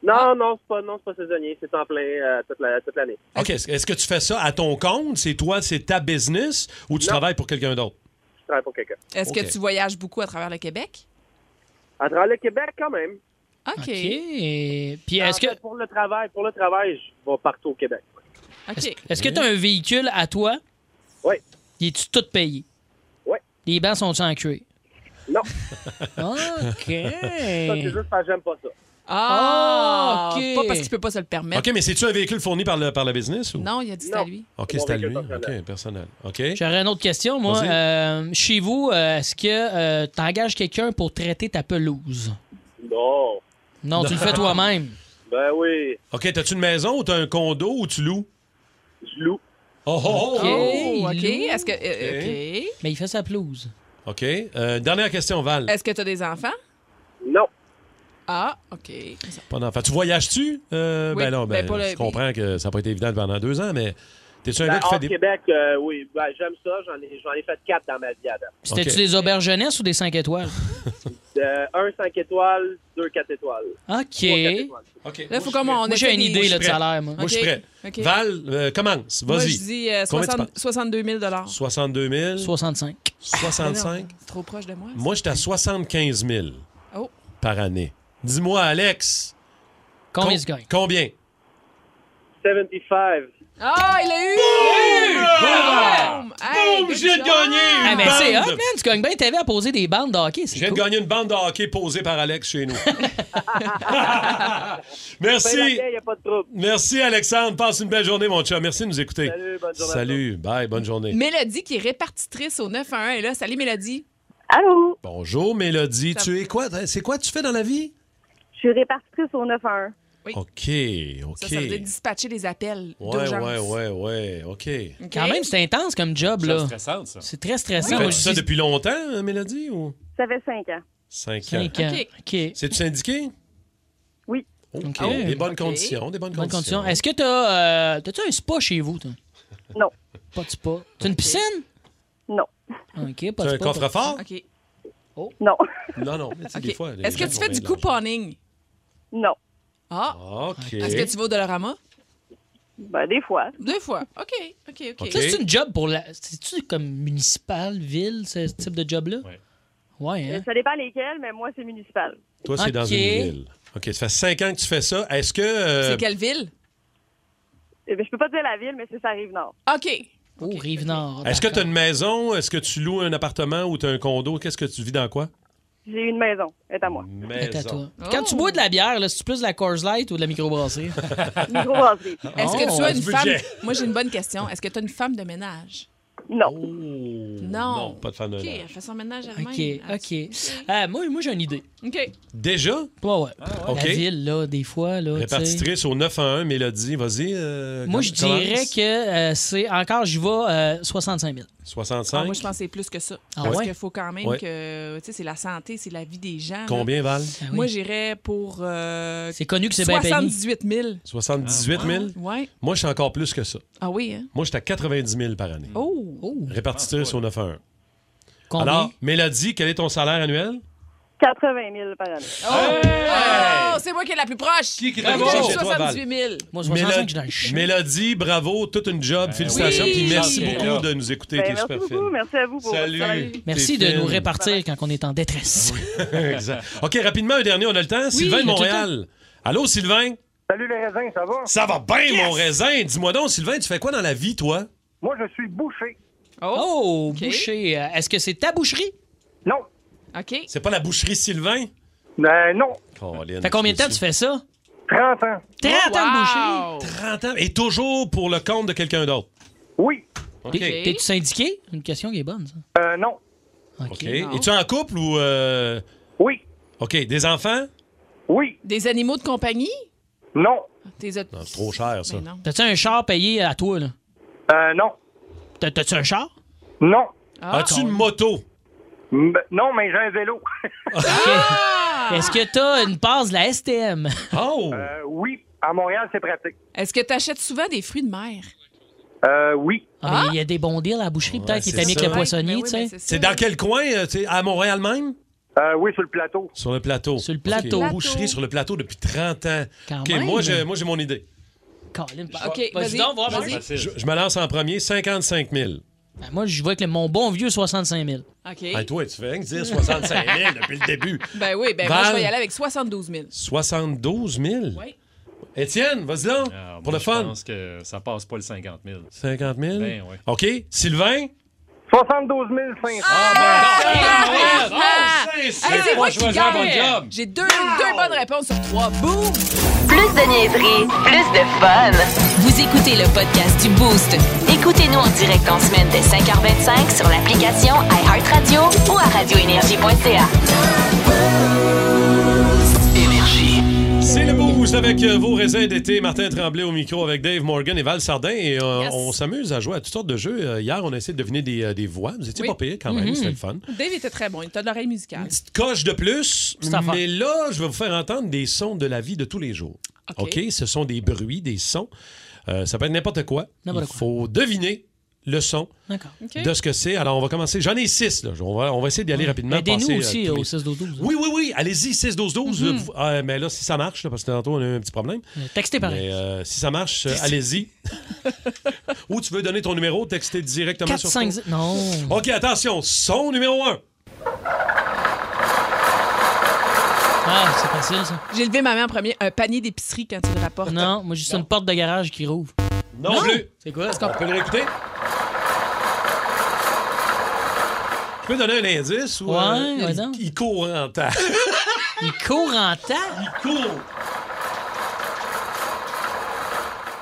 Speaker 12: Non, non, c'est pas, non, c'est pas saisonnier, c'est en plein euh, toute la- toute l'année.
Speaker 3: OK. Est-ce est-ce que tu fais ça à ton compte? C'est toi, c'est ta business ou tu travailles pour quelqu'un d'autre?
Speaker 12: je travaille pour quelqu'un.
Speaker 2: Est-ce
Speaker 3: Ok.
Speaker 2: que tu voyages beaucoup à travers le Québec?
Speaker 12: À travers le Québec, quand même.
Speaker 2: OK.
Speaker 1: Puis
Speaker 12: En
Speaker 1: est-ce que
Speaker 12: fait, pour le travail, pour le travail, je vais partout au Québec.
Speaker 1: est-ce que tu as un véhicule à toi?
Speaker 12: Oui.
Speaker 1: Il est-tu tout payé?
Speaker 12: Oui.
Speaker 1: Les bancs sont sans cuir? (laughs)
Speaker 12: Non. Ça,
Speaker 1: OK.
Speaker 12: (laughs) c'est juste parce que j'aime pas ça.
Speaker 2: Ah,
Speaker 1: Ah, OK.
Speaker 2: Pas parce qu'il peut pas se le permettre.
Speaker 3: OK, mais c'est-tu un véhicule fourni par le, par le business? Ou?
Speaker 2: Non, il a dit c'est à lui.
Speaker 3: OK,
Speaker 1: Mon
Speaker 3: c'est à
Speaker 1: véhicule
Speaker 3: lui. OK, personnel. OK.
Speaker 1: J'aurais une autre question, moi.
Speaker 3: Vas-y.
Speaker 1: Euh, chez vous, euh, est-ce que tu engages quelqu'un pour traiter ta pelouse?
Speaker 12: Non.
Speaker 1: Non, tu le fais toi-même.
Speaker 12: Ben oui.
Speaker 3: OK, t'as-tu une maison ou t'as un condo ou tu loues?
Speaker 12: Je loue.
Speaker 3: Oh, oh,
Speaker 2: OK,
Speaker 3: oh!
Speaker 2: OK. Est-ce que. euh, OK.
Speaker 1: Mais il fait sa pelouse.
Speaker 3: OK. Euh, dernière question, Val.
Speaker 2: Est-ce que tu as des enfants?
Speaker 12: Non.
Speaker 2: Ah, OK.
Speaker 3: Pas d'enfant. Tu voyages-tu? Euh,
Speaker 2: Oui,
Speaker 3: ben non, ben,
Speaker 2: ben pas le-
Speaker 3: je comprends que ça n'a pas été évident pendant deux ans, mais t'es-tu un
Speaker 12: Ben,
Speaker 3: gars qui
Speaker 12: hors
Speaker 3: fait des...
Speaker 12: Québec, euh, oui, ben, j'aime ça. J'en ai, j'en ai fait quatre dans ma vie avant.
Speaker 1: C'était-tu des auberges jeunesse ou des 5 étoiles?
Speaker 12: De un 5 étoiles, deux 4 étoiles.
Speaker 1: OK.
Speaker 3: OK.
Speaker 2: Là, faut comme on
Speaker 1: Moi,
Speaker 2: ait
Speaker 1: j'ai
Speaker 2: fait
Speaker 1: une
Speaker 2: des-
Speaker 1: idée là, de
Speaker 3: prêt.
Speaker 1: salaire, moi.
Speaker 3: Moi, je suis
Speaker 2: OK.
Speaker 3: prêt.
Speaker 2: OK.
Speaker 3: Val, euh, commence. Vas-y.
Speaker 2: Moi, je dis euh,
Speaker 3: Combien tu
Speaker 2: 60
Speaker 3: penses?
Speaker 2: 62 000 dollars.
Speaker 3: 62 000.
Speaker 1: 65.
Speaker 2: Ah
Speaker 3: 65.
Speaker 2: non, C'est trop proche de moi. ça.
Speaker 3: Moi, j'étais à 75 000
Speaker 2: Oh.
Speaker 3: par année. Dis-moi, Alex.
Speaker 1: Combien
Speaker 3: com-
Speaker 1: tu gagnes?
Speaker 3: Combien?
Speaker 12: 75.
Speaker 2: Ah, il a eu! Boom! Hey, good
Speaker 3: j'ai
Speaker 2: job!
Speaker 3: gagné!
Speaker 1: Ah, mais
Speaker 3: Bande.
Speaker 1: c'est hot, man. Tu gagnes bien TV à poser des bandes de hockey.
Speaker 3: Je viens de gagner une bande de hockey posée par Alex chez
Speaker 2: (laughs)
Speaker 3: nous.
Speaker 2: Ben,
Speaker 3: Merci.
Speaker 12: Il n'y a pas de trouble.
Speaker 3: Merci, Alexandre. Passe une belle journée, mon chat. Merci de nous écouter.
Speaker 12: Salut, bonne journée à
Speaker 3: Salut. Bye, bonne journée.
Speaker 2: Mélodie qui est répartitrice au 911 est là. Salut Mélodie.
Speaker 10: Allô?
Speaker 3: Bonjour, Mélodie.
Speaker 10: Ça
Speaker 3: Tu es quoi? Euh, C'est quoi tu fais dans la vie?
Speaker 10: Je suis répartitrice au 911.
Speaker 3: OK, OK.
Speaker 2: Ça, ça veut dire dispatcher les appels
Speaker 3: ouais,
Speaker 2: d'urgence.
Speaker 3: ouais, ouais, ouais. OK.
Speaker 1: Quand même, c'est intense comme job, là. C'est stressant, ça. C'est très stressant.
Speaker 3: Fais-tu
Speaker 1: Moi, je
Speaker 3: ça
Speaker 1: dis-
Speaker 3: depuis longtemps, hein, Mélodie, ou
Speaker 10: Ça fait cinq ans.
Speaker 3: cinq ans?
Speaker 1: Cinq ans. OK.
Speaker 3: C'est-tu syndiqué?
Speaker 10: Oui.
Speaker 3: OK.
Speaker 1: Ah oui.
Speaker 3: Des bonnes
Speaker 1: OK.
Speaker 3: conditions, des bonnes,
Speaker 1: Bonne
Speaker 3: conditions.
Speaker 1: condition. Est-ce que t'as, euh, t'as-tu un spa chez vous, toi?
Speaker 10: Non.
Speaker 1: Pas de spa. T'as une piscine?
Speaker 10: Non.
Speaker 1: OK,
Speaker 3: T'as
Speaker 1: pas de
Speaker 3: un
Speaker 1: spa, pas de
Speaker 3: coffre-fort?
Speaker 1: piscine.
Speaker 2: OK.
Speaker 10: Non.
Speaker 3: Non, non, mais tu sais, des
Speaker 2: OK.
Speaker 3: fois... les
Speaker 2: Est-ce que
Speaker 3: gens
Speaker 2: tu
Speaker 3: sont
Speaker 2: fais
Speaker 3: bien
Speaker 2: du couponing?
Speaker 10: Non.
Speaker 2: Ah.
Speaker 3: OK.
Speaker 2: Est-ce que tu vas au Dollarama?
Speaker 10: Ben, des fois.
Speaker 2: Deux fois. OK, OK, OK.
Speaker 1: Ça, c'est une job pour la. C'est-tu comme municipal, ville, ce type de job-là? Ouais. Ouais,
Speaker 10: Euh,
Speaker 1: hein?
Speaker 10: Ça dépend lesquels, mais moi, c'est municipal.
Speaker 3: Toi, c'est
Speaker 1: OK.
Speaker 3: dans une ville. OK, ça fait cinq ans que tu fais ça. Est-ce que... euh,
Speaker 2: C'est quelle ville?
Speaker 10: Eh ben, je peux pas dire la ville, mais c'est ça arrive nord.
Speaker 2: OK.
Speaker 1: Oh, Rive-Nord.
Speaker 3: Est-ce que tu as une maison? Est-ce que tu loues un appartement ou tu as un condo? Qu'est-ce que tu vis dans quoi?
Speaker 10: J'ai une maison. Elle est à moi.
Speaker 1: Attends, toi. Quand tu bois de la bière, là, c'est plus de la Coors Light ou de la microbrasserie?
Speaker 10: Microbrasserie.
Speaker 3: Ah,
Speaker 2: Est-ce que
Speaker 1: Oh,
Speaker 2: tu as
Speaker 1: du
Speaker 2: une femme?
Speaker 3: (laughs)
Speaker 1: budget.
Speaker 2: Moi, j'ai une bonne question. Est-ce que tu as une femme de ménage?
Speaker 10: Non.
Speaker 2: Non.
Speaker 3: Oh, non, pas de femme de
Speaker 2: OK,
Speaker 3: ménage.
Speaker 2: elle fait son ménage elle-même.
Speaker 1: OK, OK. Ah, moi, moi j'ai une idée.
Speaker 2: OK.
Speaker 3: Déjà?
Speaker 1: Ouais, ouais.
Speaker 3: Ah, ouais.
Speaker 1: La
Speaker 3: OK.
Speaker 1: ville, là, des fois. Là, tu sais.
Speaker 3: Répartitrice au 911, Mélodie, vas-y. euh,
Speaker 1: Moi, je
Speaker 3: commence.
Speaker 1: dirais que euh, c'est. Encore, j'y vais euh, 65 000.
Speaker 2: Ah,
Speaker 3: 65.
Speaker 2: moi, je pense que c'est plus que ça.
Speaker 1: Ah
Speaker 2: Parce
Speaker 1: ouais?
Speaker 2: qu'il faut quand même
Speaker 3: Ouais.
Speaker 2: que. Tu sais, c'est la santé, c'est la vie des gens. là.
Speaker 3: Combien, Val?
Speaker 2: Moi, j'irais pour. euh,
Speaker 1: C'est connu que c'est bien payé.
Speaker 2: 78 000.
Speaker 3: 78 000?
Speaker 1: Ah,
Speaker 2: Ouais.
Speaker 3: Moi, je suis encore plus que ça.
Speaker 2: Ah oui, hein?
Speaker 3: Moi, j'étais à 90 000 par année.
Speaker 2: Oh! oh.
Speaker 3: Répartitrice
Speaker 10: Ah,
Speaker 3: au 911.
Speaker 1: Combien?
Speaker 3: Alors, Mélodie, quel est ton salaire annuel?
Speaker 10: 80 000 par année.
Speaker 2: Oh, c'est moi qui est la plus proche! Qui
Speaker 3: est la plus proche? C'est toi, Val.
Speaker 2: 78 000.
Speaker 1: Moi,
Speaker 3: Mélo-
Speaker 1: 65, je suis dans le chien.
Speaker 3: Mélodie, bravo, toute une job, félicitations,
Speaker 1: oui.
Speaker 3: puis merci
Speaker 1: Merci.
Speaker 3: beaucoup de nous écouter,
Speaker 10: Ben,
Speaker 3: t'es
Speaker 10: merci
Speaker 3: super
Speaker 10: beaucoup.
Speaker 3: fine.
Speaker 10: Merci à vous pour
Speaker 3: Salut.
Speaker 10: votre travail.
Speaker 1: Merci
Speaker 3: T'es
Speaker 1: de nous
Speaker 3: fine.
Speaker 1: répartir quand on est en détresse.
Speaker 3: Ah (laughs) Exact. OK, rapidement, un dernier, on a le temps. Sylvain de
Speaker 1: on a tout le
Speaker 3: Montréal. Allô, Sylvain?
Speaker 13: Salut les raisins, ça va?
Speaker 3: Ça va bien, mon raisin. Dis-moi donc, Sylvain, tu fais quoi dans la vie, toi?
Speaker 13: Moi, je suis bouché.
Speaker 1: Oh, boucher. Euh, Est-ce que c'est ta boucherie?
Speaker 13: Non.
Speaker 2: OK.
Speaker 3: C'est pas la boucherie Sylvain?
Speaker 13: Ben, non.
Speaker 1: Fait combien de temps tu fais ça?
Speaker 13: 30 ans.
Speaker 1: 30 ans de
Speaker 2: Oh,
Speaker 1: boucher.
Speaker 3: 30 ans. Et toujours pour le compte de quelqu'un d'autre?
Speaker 13: Oui.
Speaker 3: OK.
Speaker 1: T'es- T'es-tu syndiqué? Une question qui est bonne, ça.
Speaker 13: Euh, non.
Speaker 3: OK. Es-tu en couple ou. euh,
Speaker 13: Oui.
Speaker 3: OK. Des enfants?
Speaker 13: Oui.
Speaker 2: Des animaux de compagnie?
Speaker 13: Non.
Speaker 2: Tes autres-
Speaker 3: C'est trop cher, ça.
Speaker 1: T'as-tu un char payé à toi, là?
Speaker 13: Euh, non.
Speaker 1: T'as- T'as-tu un char?
Speaker 13: Non.
Speaker 3: Ah,
Speaker 1: Ah,
Speaker 3: As-tu une moto?
Speaker 13: M- non, mais j'ai un vélo. (laughs)
Speaker 1: Est-ce que t'as une passe de la STM?
Speaker 3: Oh!
Speaker 13: Euh, oui. À Montréal, c'est pratique.
Speaker 2: Est-ce que tu achètes souvent des fruits de mer?
Speaker 13: Euh, oui.
Speaker 1: Ah, mais il y a des bons deals à la boucherie, peut-être, qui
Speaker 3: c'est
Speaker 2: Ben
Speaker 1: est mieux que
Speaker 3: ça.
Speaker 1: le poissonnier, tu sais.
Speaker 3: C'est dans quel coin? euh, tu sais, à Montréal même?
Speaker 13: Euh, oui, sur le plateau.
Speaker 3: Sur le plateau. Sur le
Speaker 1: plateau.
Speaker 3: Boucherie sur le plateau depuis 30 ans.
Speaker 1: Quand
Speaker 3: OK,
Speaker 1: même.
Speaker 3: moi, j'ai, moi, j'ai mon idée.
Speaker 1: Colin, bah,
Speaker 2: OK,
Speaker 1: vas-y
Speaker 2: vas-y,
Speaker 1: donc, voir,
Speaker 2: vas-y.
Speaker 1: vas-y.
Speaker 3: Je, je me lance en premier, 55 000.
Speaker 1: Ben, moi, je vois avec le- mon bon vieux 65 000.
Speaker 2: OK.
Speaker 3: Hey, toi, tu fais rien que dire 65 000
Speaker 2: (laughs)
Speaker 3: depuis le début.
Speaker 2: Ben oui, ben moi,
Speaker 3: Val.
Speaker 2: je vais y aller avec 72 000.
Speaker 3: 72 000?
Speaker 2: Oui.
Speaker 3: Étienne, vas-y donc, pour le
Speaker 6: Je
Speaker 3: fun.
Speaker 6: pense que ça passe pas le 50 000.
Speaker 3: 50 000?
Speaker 6: Ben ouais.
Speaker 3: OK, Sylvain?
Speaker 13: 72 500.
Speaker 2: Ah,
Speaker 13: ben,
Speaker 2: ah,
Speaker 13: bon, c'est-
Speaker 2: hey, c'est moi
Speaker 13: c'est-
Speaker 2: qui
Speaker 13: choisis un bon
Speaker 2: gagne.
Speaker 13: job.
Speaker 2: J'ai deux, deux bonnes réponses sur trois. Boum!
Speaker 7: Plus de niaiserie, plus de fun. Vous écoutez le podcast du Boost. Écoutez-nous en direct en semaine dès 5h25 sur l'application iHeartRadio ou à radioénergie.ca.
Speaker 3: Énergie. C'est le boost avec euh, vos raisins d'été. Martin Tremblay au micro avec Dave Morgan et Val Sardin. Et euh,
Speaker 2: Yes.
Speaker 3: on s'amuse à jouer à toutes sortes de jeux. Euh, hier, on a essayé de deviner des, euh, des voix. Vous étiez
Speaker 2: Oui.
Speaker 3: pas pire quand même.
Speaker 2: Mhm.
Speaker 3: C'était le fun.
Speaker 2: Dave était très bon. Il t'a de l'oreille musicale.
Speaker 3: Coche de plus.
Speaker 2: Petite affaire.
Speaker 3: Mais là, je vais vous faire entendre des sons de la vie de tous les jours.
Speaker 2: OK.
Speaker 3: OK? Ce sont des bruits, des sons. Euh, ça peut être n'importe quoi.
Speaker 1: N'importe
Speaker 3: Il faut deviner le son
Speaker 1: D'accord.
Speaker 3: de ce que c'est. Alors, on va commencer. J'en ai six. Là. On, va, on va essayer d'y aller rapidement.
Speaker 1: Aidez-nous
Speaker 3: passer, euh, tous
Speaker 1: aussi au
Speaker 3: les-
Speaker 1: 6 12 12
Speaker 3: oui, oui, oui. Allez-y, 6-12-12. euh, vous- euh, mais là, si ça marche, là, parce que tantôt, on a eu un petit problème.
Speaker 1: textez pareil.
Speaker 3: Mais euh, si ça marche, euh, allez-y. Ou tu veux donner ton numéro, texter directement
Speaker 1: 4,
Speaker 3: sur
Speaker 1: 5,
Speaker 3: ton-
Speaker 1: 0. Non.
Speaker 3: OK, attention. Son numéro 1.
Speaker 1: Ah, c'est facile, ça.
Speaker 2: J'ai levé ma main en premier. Un panier d'épicerie quand tu le rapportes.
Speaker 1: Non, moi, juste une porte de garage qui rouvre.
Speaker 3: Non, plus.
Speaker 1: C'est quoi?
Speaker 3: On peut le réécouter? Je peux donner un indice ou.
Speaker 1: Ouais,
Speaker 3: euh,
Speaker 1: ouais,
Speaker 3: il-
Speaker 1: donc.
Speaker 3: il, court en temps.
Speaker 1: Il court en temps?
Speaker 3: Il court.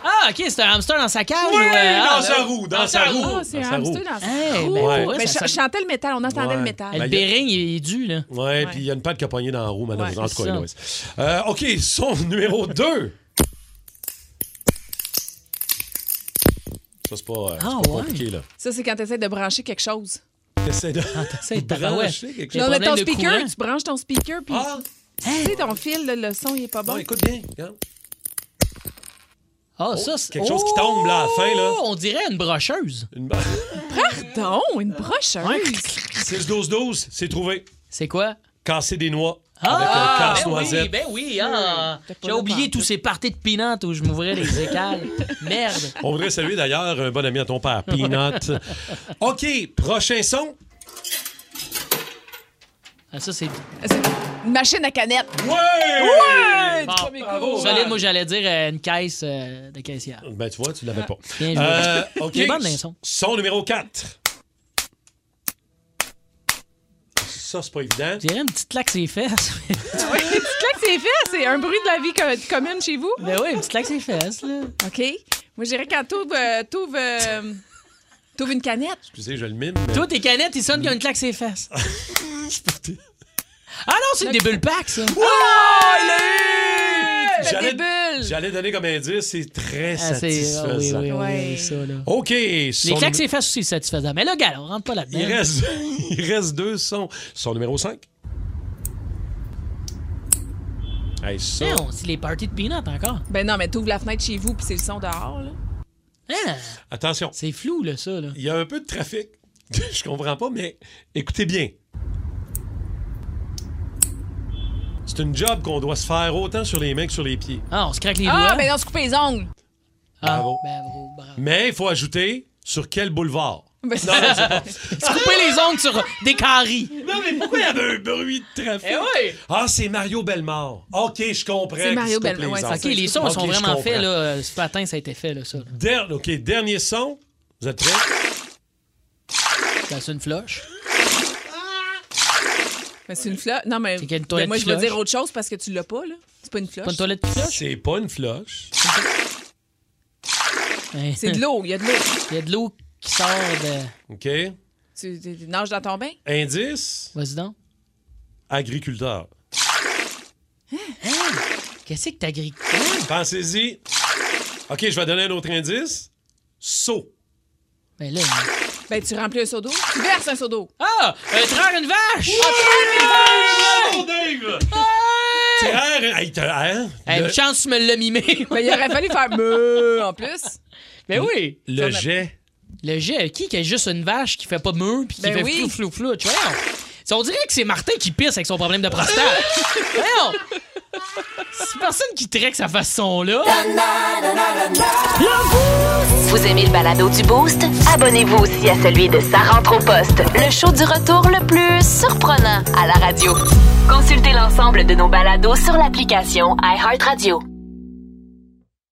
Speaker 1: Ah, OK, c'est un hamster dans sa cage?
Speaker 3: Oui,
Speaker 1: ou, euh,
Speaker 3: dans
Speaker 1: ah,
Speaker 3: sa
Speaker 1: là.
Speaker 3: roue, dans sa roue.
Speaker 2: Ah, c'est
Speaker 3: Dans
Speaker 2: un
Speaker 3: sa
Speaker 2: hamster
Speaker 3: roue.
Speaker 2: dans sa
Speaker 1: Hey,
Speaker 2: roue.
Speaker 1: ben,
Speaker 3: Ouais.
Speaker 1: ouais,
Speaker 2: Mais
Speaker 1: ça-
Speaker 2: je
Speaker 1: ça-
Speaker 2: chantais le métal, on entendait le
Speaker 3: Ouais.
Speaker 2: métal.
Speaker 3: Ben,
Speaker 1: Le
Speaker 3: il y a-
Speaker 1: béring, il est dû, là.
Speaker 3: Ouais, puis il y a une patte qui a pogné dans la roue, madame.
Speaker 1: Ouais,
Speaker 3: en
Speaker 1: c'est
Speaker 3: tout cas,
Speaker 1: ça.
Speaker 3: anyways. Euh, OK, son (laughs) numéro 2. Ça, c'est pas, euh, c'est
Speaker 2: Ah,
Speaker 3: pas
Speaker 2: ouais.
Speaker 3: compliqué, là.
Speaker 2: Ça, c'est quand tu essaies de brancher quelque chose.
Speaker 3: T'essaies de.
Speaker 1: T'essaies de
Speaker 3: brancher quelque chose.
Speaker 2: Non, mais ton speaker, tu branches ton speaker, puis
Speaker 3: Ah!
Speaker 2: tu sais, ton fil, là, le son, il est pas bon.
Speaker 3: Non, écoute bien. regarde.
Speaker 1: Ah, ça, c'est...
Speaker 3: Quelque chose qui tombe, là, à la fin, là.
Speaker 1: Oh, On dirait une brocheuse.
Speaker 3: Une...
Speaker 2: Pardon, une brocheuse.
Speaker 3: 6-12-12, c'est trouvé.
Speaker 1: C'est quoi?
Speaker 3: Casser des noix
Speaker 1: Ah,
Speaker 3: avec euh,
Speaker 1: ben oui,
Speaker 3: casse-noisette.
Speaker 1: ben oui, ah.
Speaker 2: T'as pas
Speaker 1: J'ai
Speaker 2: le
Speaker 1: oublié tous ces parties de peanuts où je m'ouvrais les
Speaker 2: (laughs)
Speaker 1: écales. Merde.
Speaker 3: On voudrait saluer d'ailleurs un bon ami à ton père,
Speaker 1: (laughs)
Speaker 3: Peanut. OK, prochain son.
Speaker 1: Ah, ça, c'est...
Speaker 2: Une machine à canette.
Speaker 3: Ouais!
Speaker 2: Ouais!
Speaker 1: Bon,
Speaker 2: Du premier coup.
Speaker 1: Solide, moi, j'allais dire euh, une caisse euh, de caissière.
Speaker 3: Ben, tu vois, tu l'avais pas.
Speaker 1: Bien joué.
Speaker 3: Euh,
Speaker 1: Il est
Speaker 3: OK,
Speaker 1: bon, le son.
Speaker 3: son numéro 4. Ça, c'est pas évident.
Speaker 1: Je dirais une petite claque ses fesses. (laughs)
Speaker 2: Oui, (laughs) tu claques ses fesses. C'est un bruit de la vie co- commune chez vous.
Speaker 1: ben oui, une petite claque ses fesses, là.
Speaker 2: OK. Moi, je dirais quand t'ouvres euh, t'ouvres, euh, t'ouvres une canette.
Speaker 3: Excusez, je le mime. mais-
Speaker 1: Toi, tes canettes, ils sonnent comme une claque ses
Speaker 3: (laughs)
Speaker 1: fesses. ah non, c'est des bulles pack, ça.
Speaker 2: Fais
Speaker 3: J'allais-
Speaker 2: des bulles.
Speaker 3: J'allais donner comme indice, c'est très
Speaker 1: Ah, c'est- ah, oui,
Speaker 3: satisfaisant.
Speaker 1: oui, oui,
Speaker 2: Ouais.
Speaker 1: oui, ça, là.
Speaker 3: OK,
Speaker 1: Les
Speaker 3: son
Speaker 1: claques ses fesses aussi, c'est satisfaisant. Mais là, gars, on rentre pas là-dedans.
Speaker 3: Il reste, (laughs) il reste deux sons. Son numéro 5. Hey, ça.
Speaker 1: Non, c'est les parties de peanuts encore.
Speaker 2: Ben non, mais t'ouvres la fenêtre chez vous, puis c'est le son dehors, là.
Speaker 1: Hein?
Speaker 3: Attention,
Speaker 1: C'est flou, là, ça, là.
Speaker 3: il y a un peu de trafic. (laughs) Je comprends pas, mais écoutez bien. C'est une job qu'on doit se faire autant sur les mains que sur les pieds.
Speaker 1: Ah, on se craque les
Speaker 2: Ah,
Speaker 1: doigts.
Speaker 2: ben on se coupe les ongles.
Speaker 1: Ah,
Speaker 3: Bravo.
Speaker 1: bravo, bravo.
Speaker 3: Mais il faut ajouter sur quel boulevard.
Speaker 2: Ben,
Speaker 3: Non, non, c'est pas-
Speaker 1: Se couper les ongles sur des caries.
Speaker 3: Non, mais pourquoi il y avait un bruit de trafic?
Speaker 1: Eh oui!
Speaker 3: Ah, c'est Mario Bellemare. OK, je comprends.
Speaker 2: C'est Mario Bellemare, ouais,
Speaker 1: OK, les sons sont vraiment faits, là. euh, Ce matin, ça a été fait, là, ça. là.
Speaker 3: Der- OK, dernier son. Vous êtes prêts?
Speaker 1: Ben, C'est une floche.
Speaker 2: Mais c'est une flotte. Non, mais.
Speaker 1: C'est qu'il y a une
Speaker 2: mais
Speaker 1: toilette
Speaker 2: moi,
Speaker 1: qui
Speaker 2: je veux
Speaker 1: floche.
Speaker 2: dire autre chose parce que tu l'as pas, là. C'est pas une flotte.
Speaker 1: Pas une toilette qui floche?
Speaker 3: C'est pas une floche.
Speaker 1: Hein.
Speaker 2: C'est de l'eau. Il y a de l'eau.
Speaker 1: Il y a de l'eau qui sort de.
Speaker 3: OK.
Speaker 2: Tu, tu- tu nages dans ton bain.
Speaker 3: Indice,
Speaker 1: Vas-y donc.
Speaker 3: agriculteur.
Speaker 1: Qu'est-ce que t'agriques?
Speaker 3: Pensez-y. OK, je vais donner un autre indice. Saut.
Speaker 1: Mais là.
Speaker 2: Ben, tu remplis un seau d'eau. Tu verses un seau d'eau.
Speaker 1: Ah! Un traire une vache!
Speaker 3: Terre- Hey, t'as- hein?
Speaker 1: Hey,
Speaker 3: Le-
Speaker 1: Eh, Une chance, tu me l'as mimé.
Speaker 2: Ben, il aurait fallu faire meuh en plus.
Speaker 1: Mais oui!
Speaker 3: Le jet.
Speaker 1: Le jet, qui qui a juste une vache qui fait pas meuh puis qui
Speaker 2: Ben
Speaker 1: fait
Speaker 2: oui.
Speaker 1: flou, flou, flou, tu vois? Ça, On dirait que c'est Martin qui pisse avec son problème
Speaker 2: (laughs)
Speaker 1: de prostate. Voyons! C'est personne qui traite que ça fasse son là.
Speaker 7: Vous aimez le balado du Boost? Abonnez-vous aussi à celui de Sa rentre au poste, le show du retour le plus surprenant à la radio. Consultez l'ensemble de nos balados sur l'application iHeartRadio.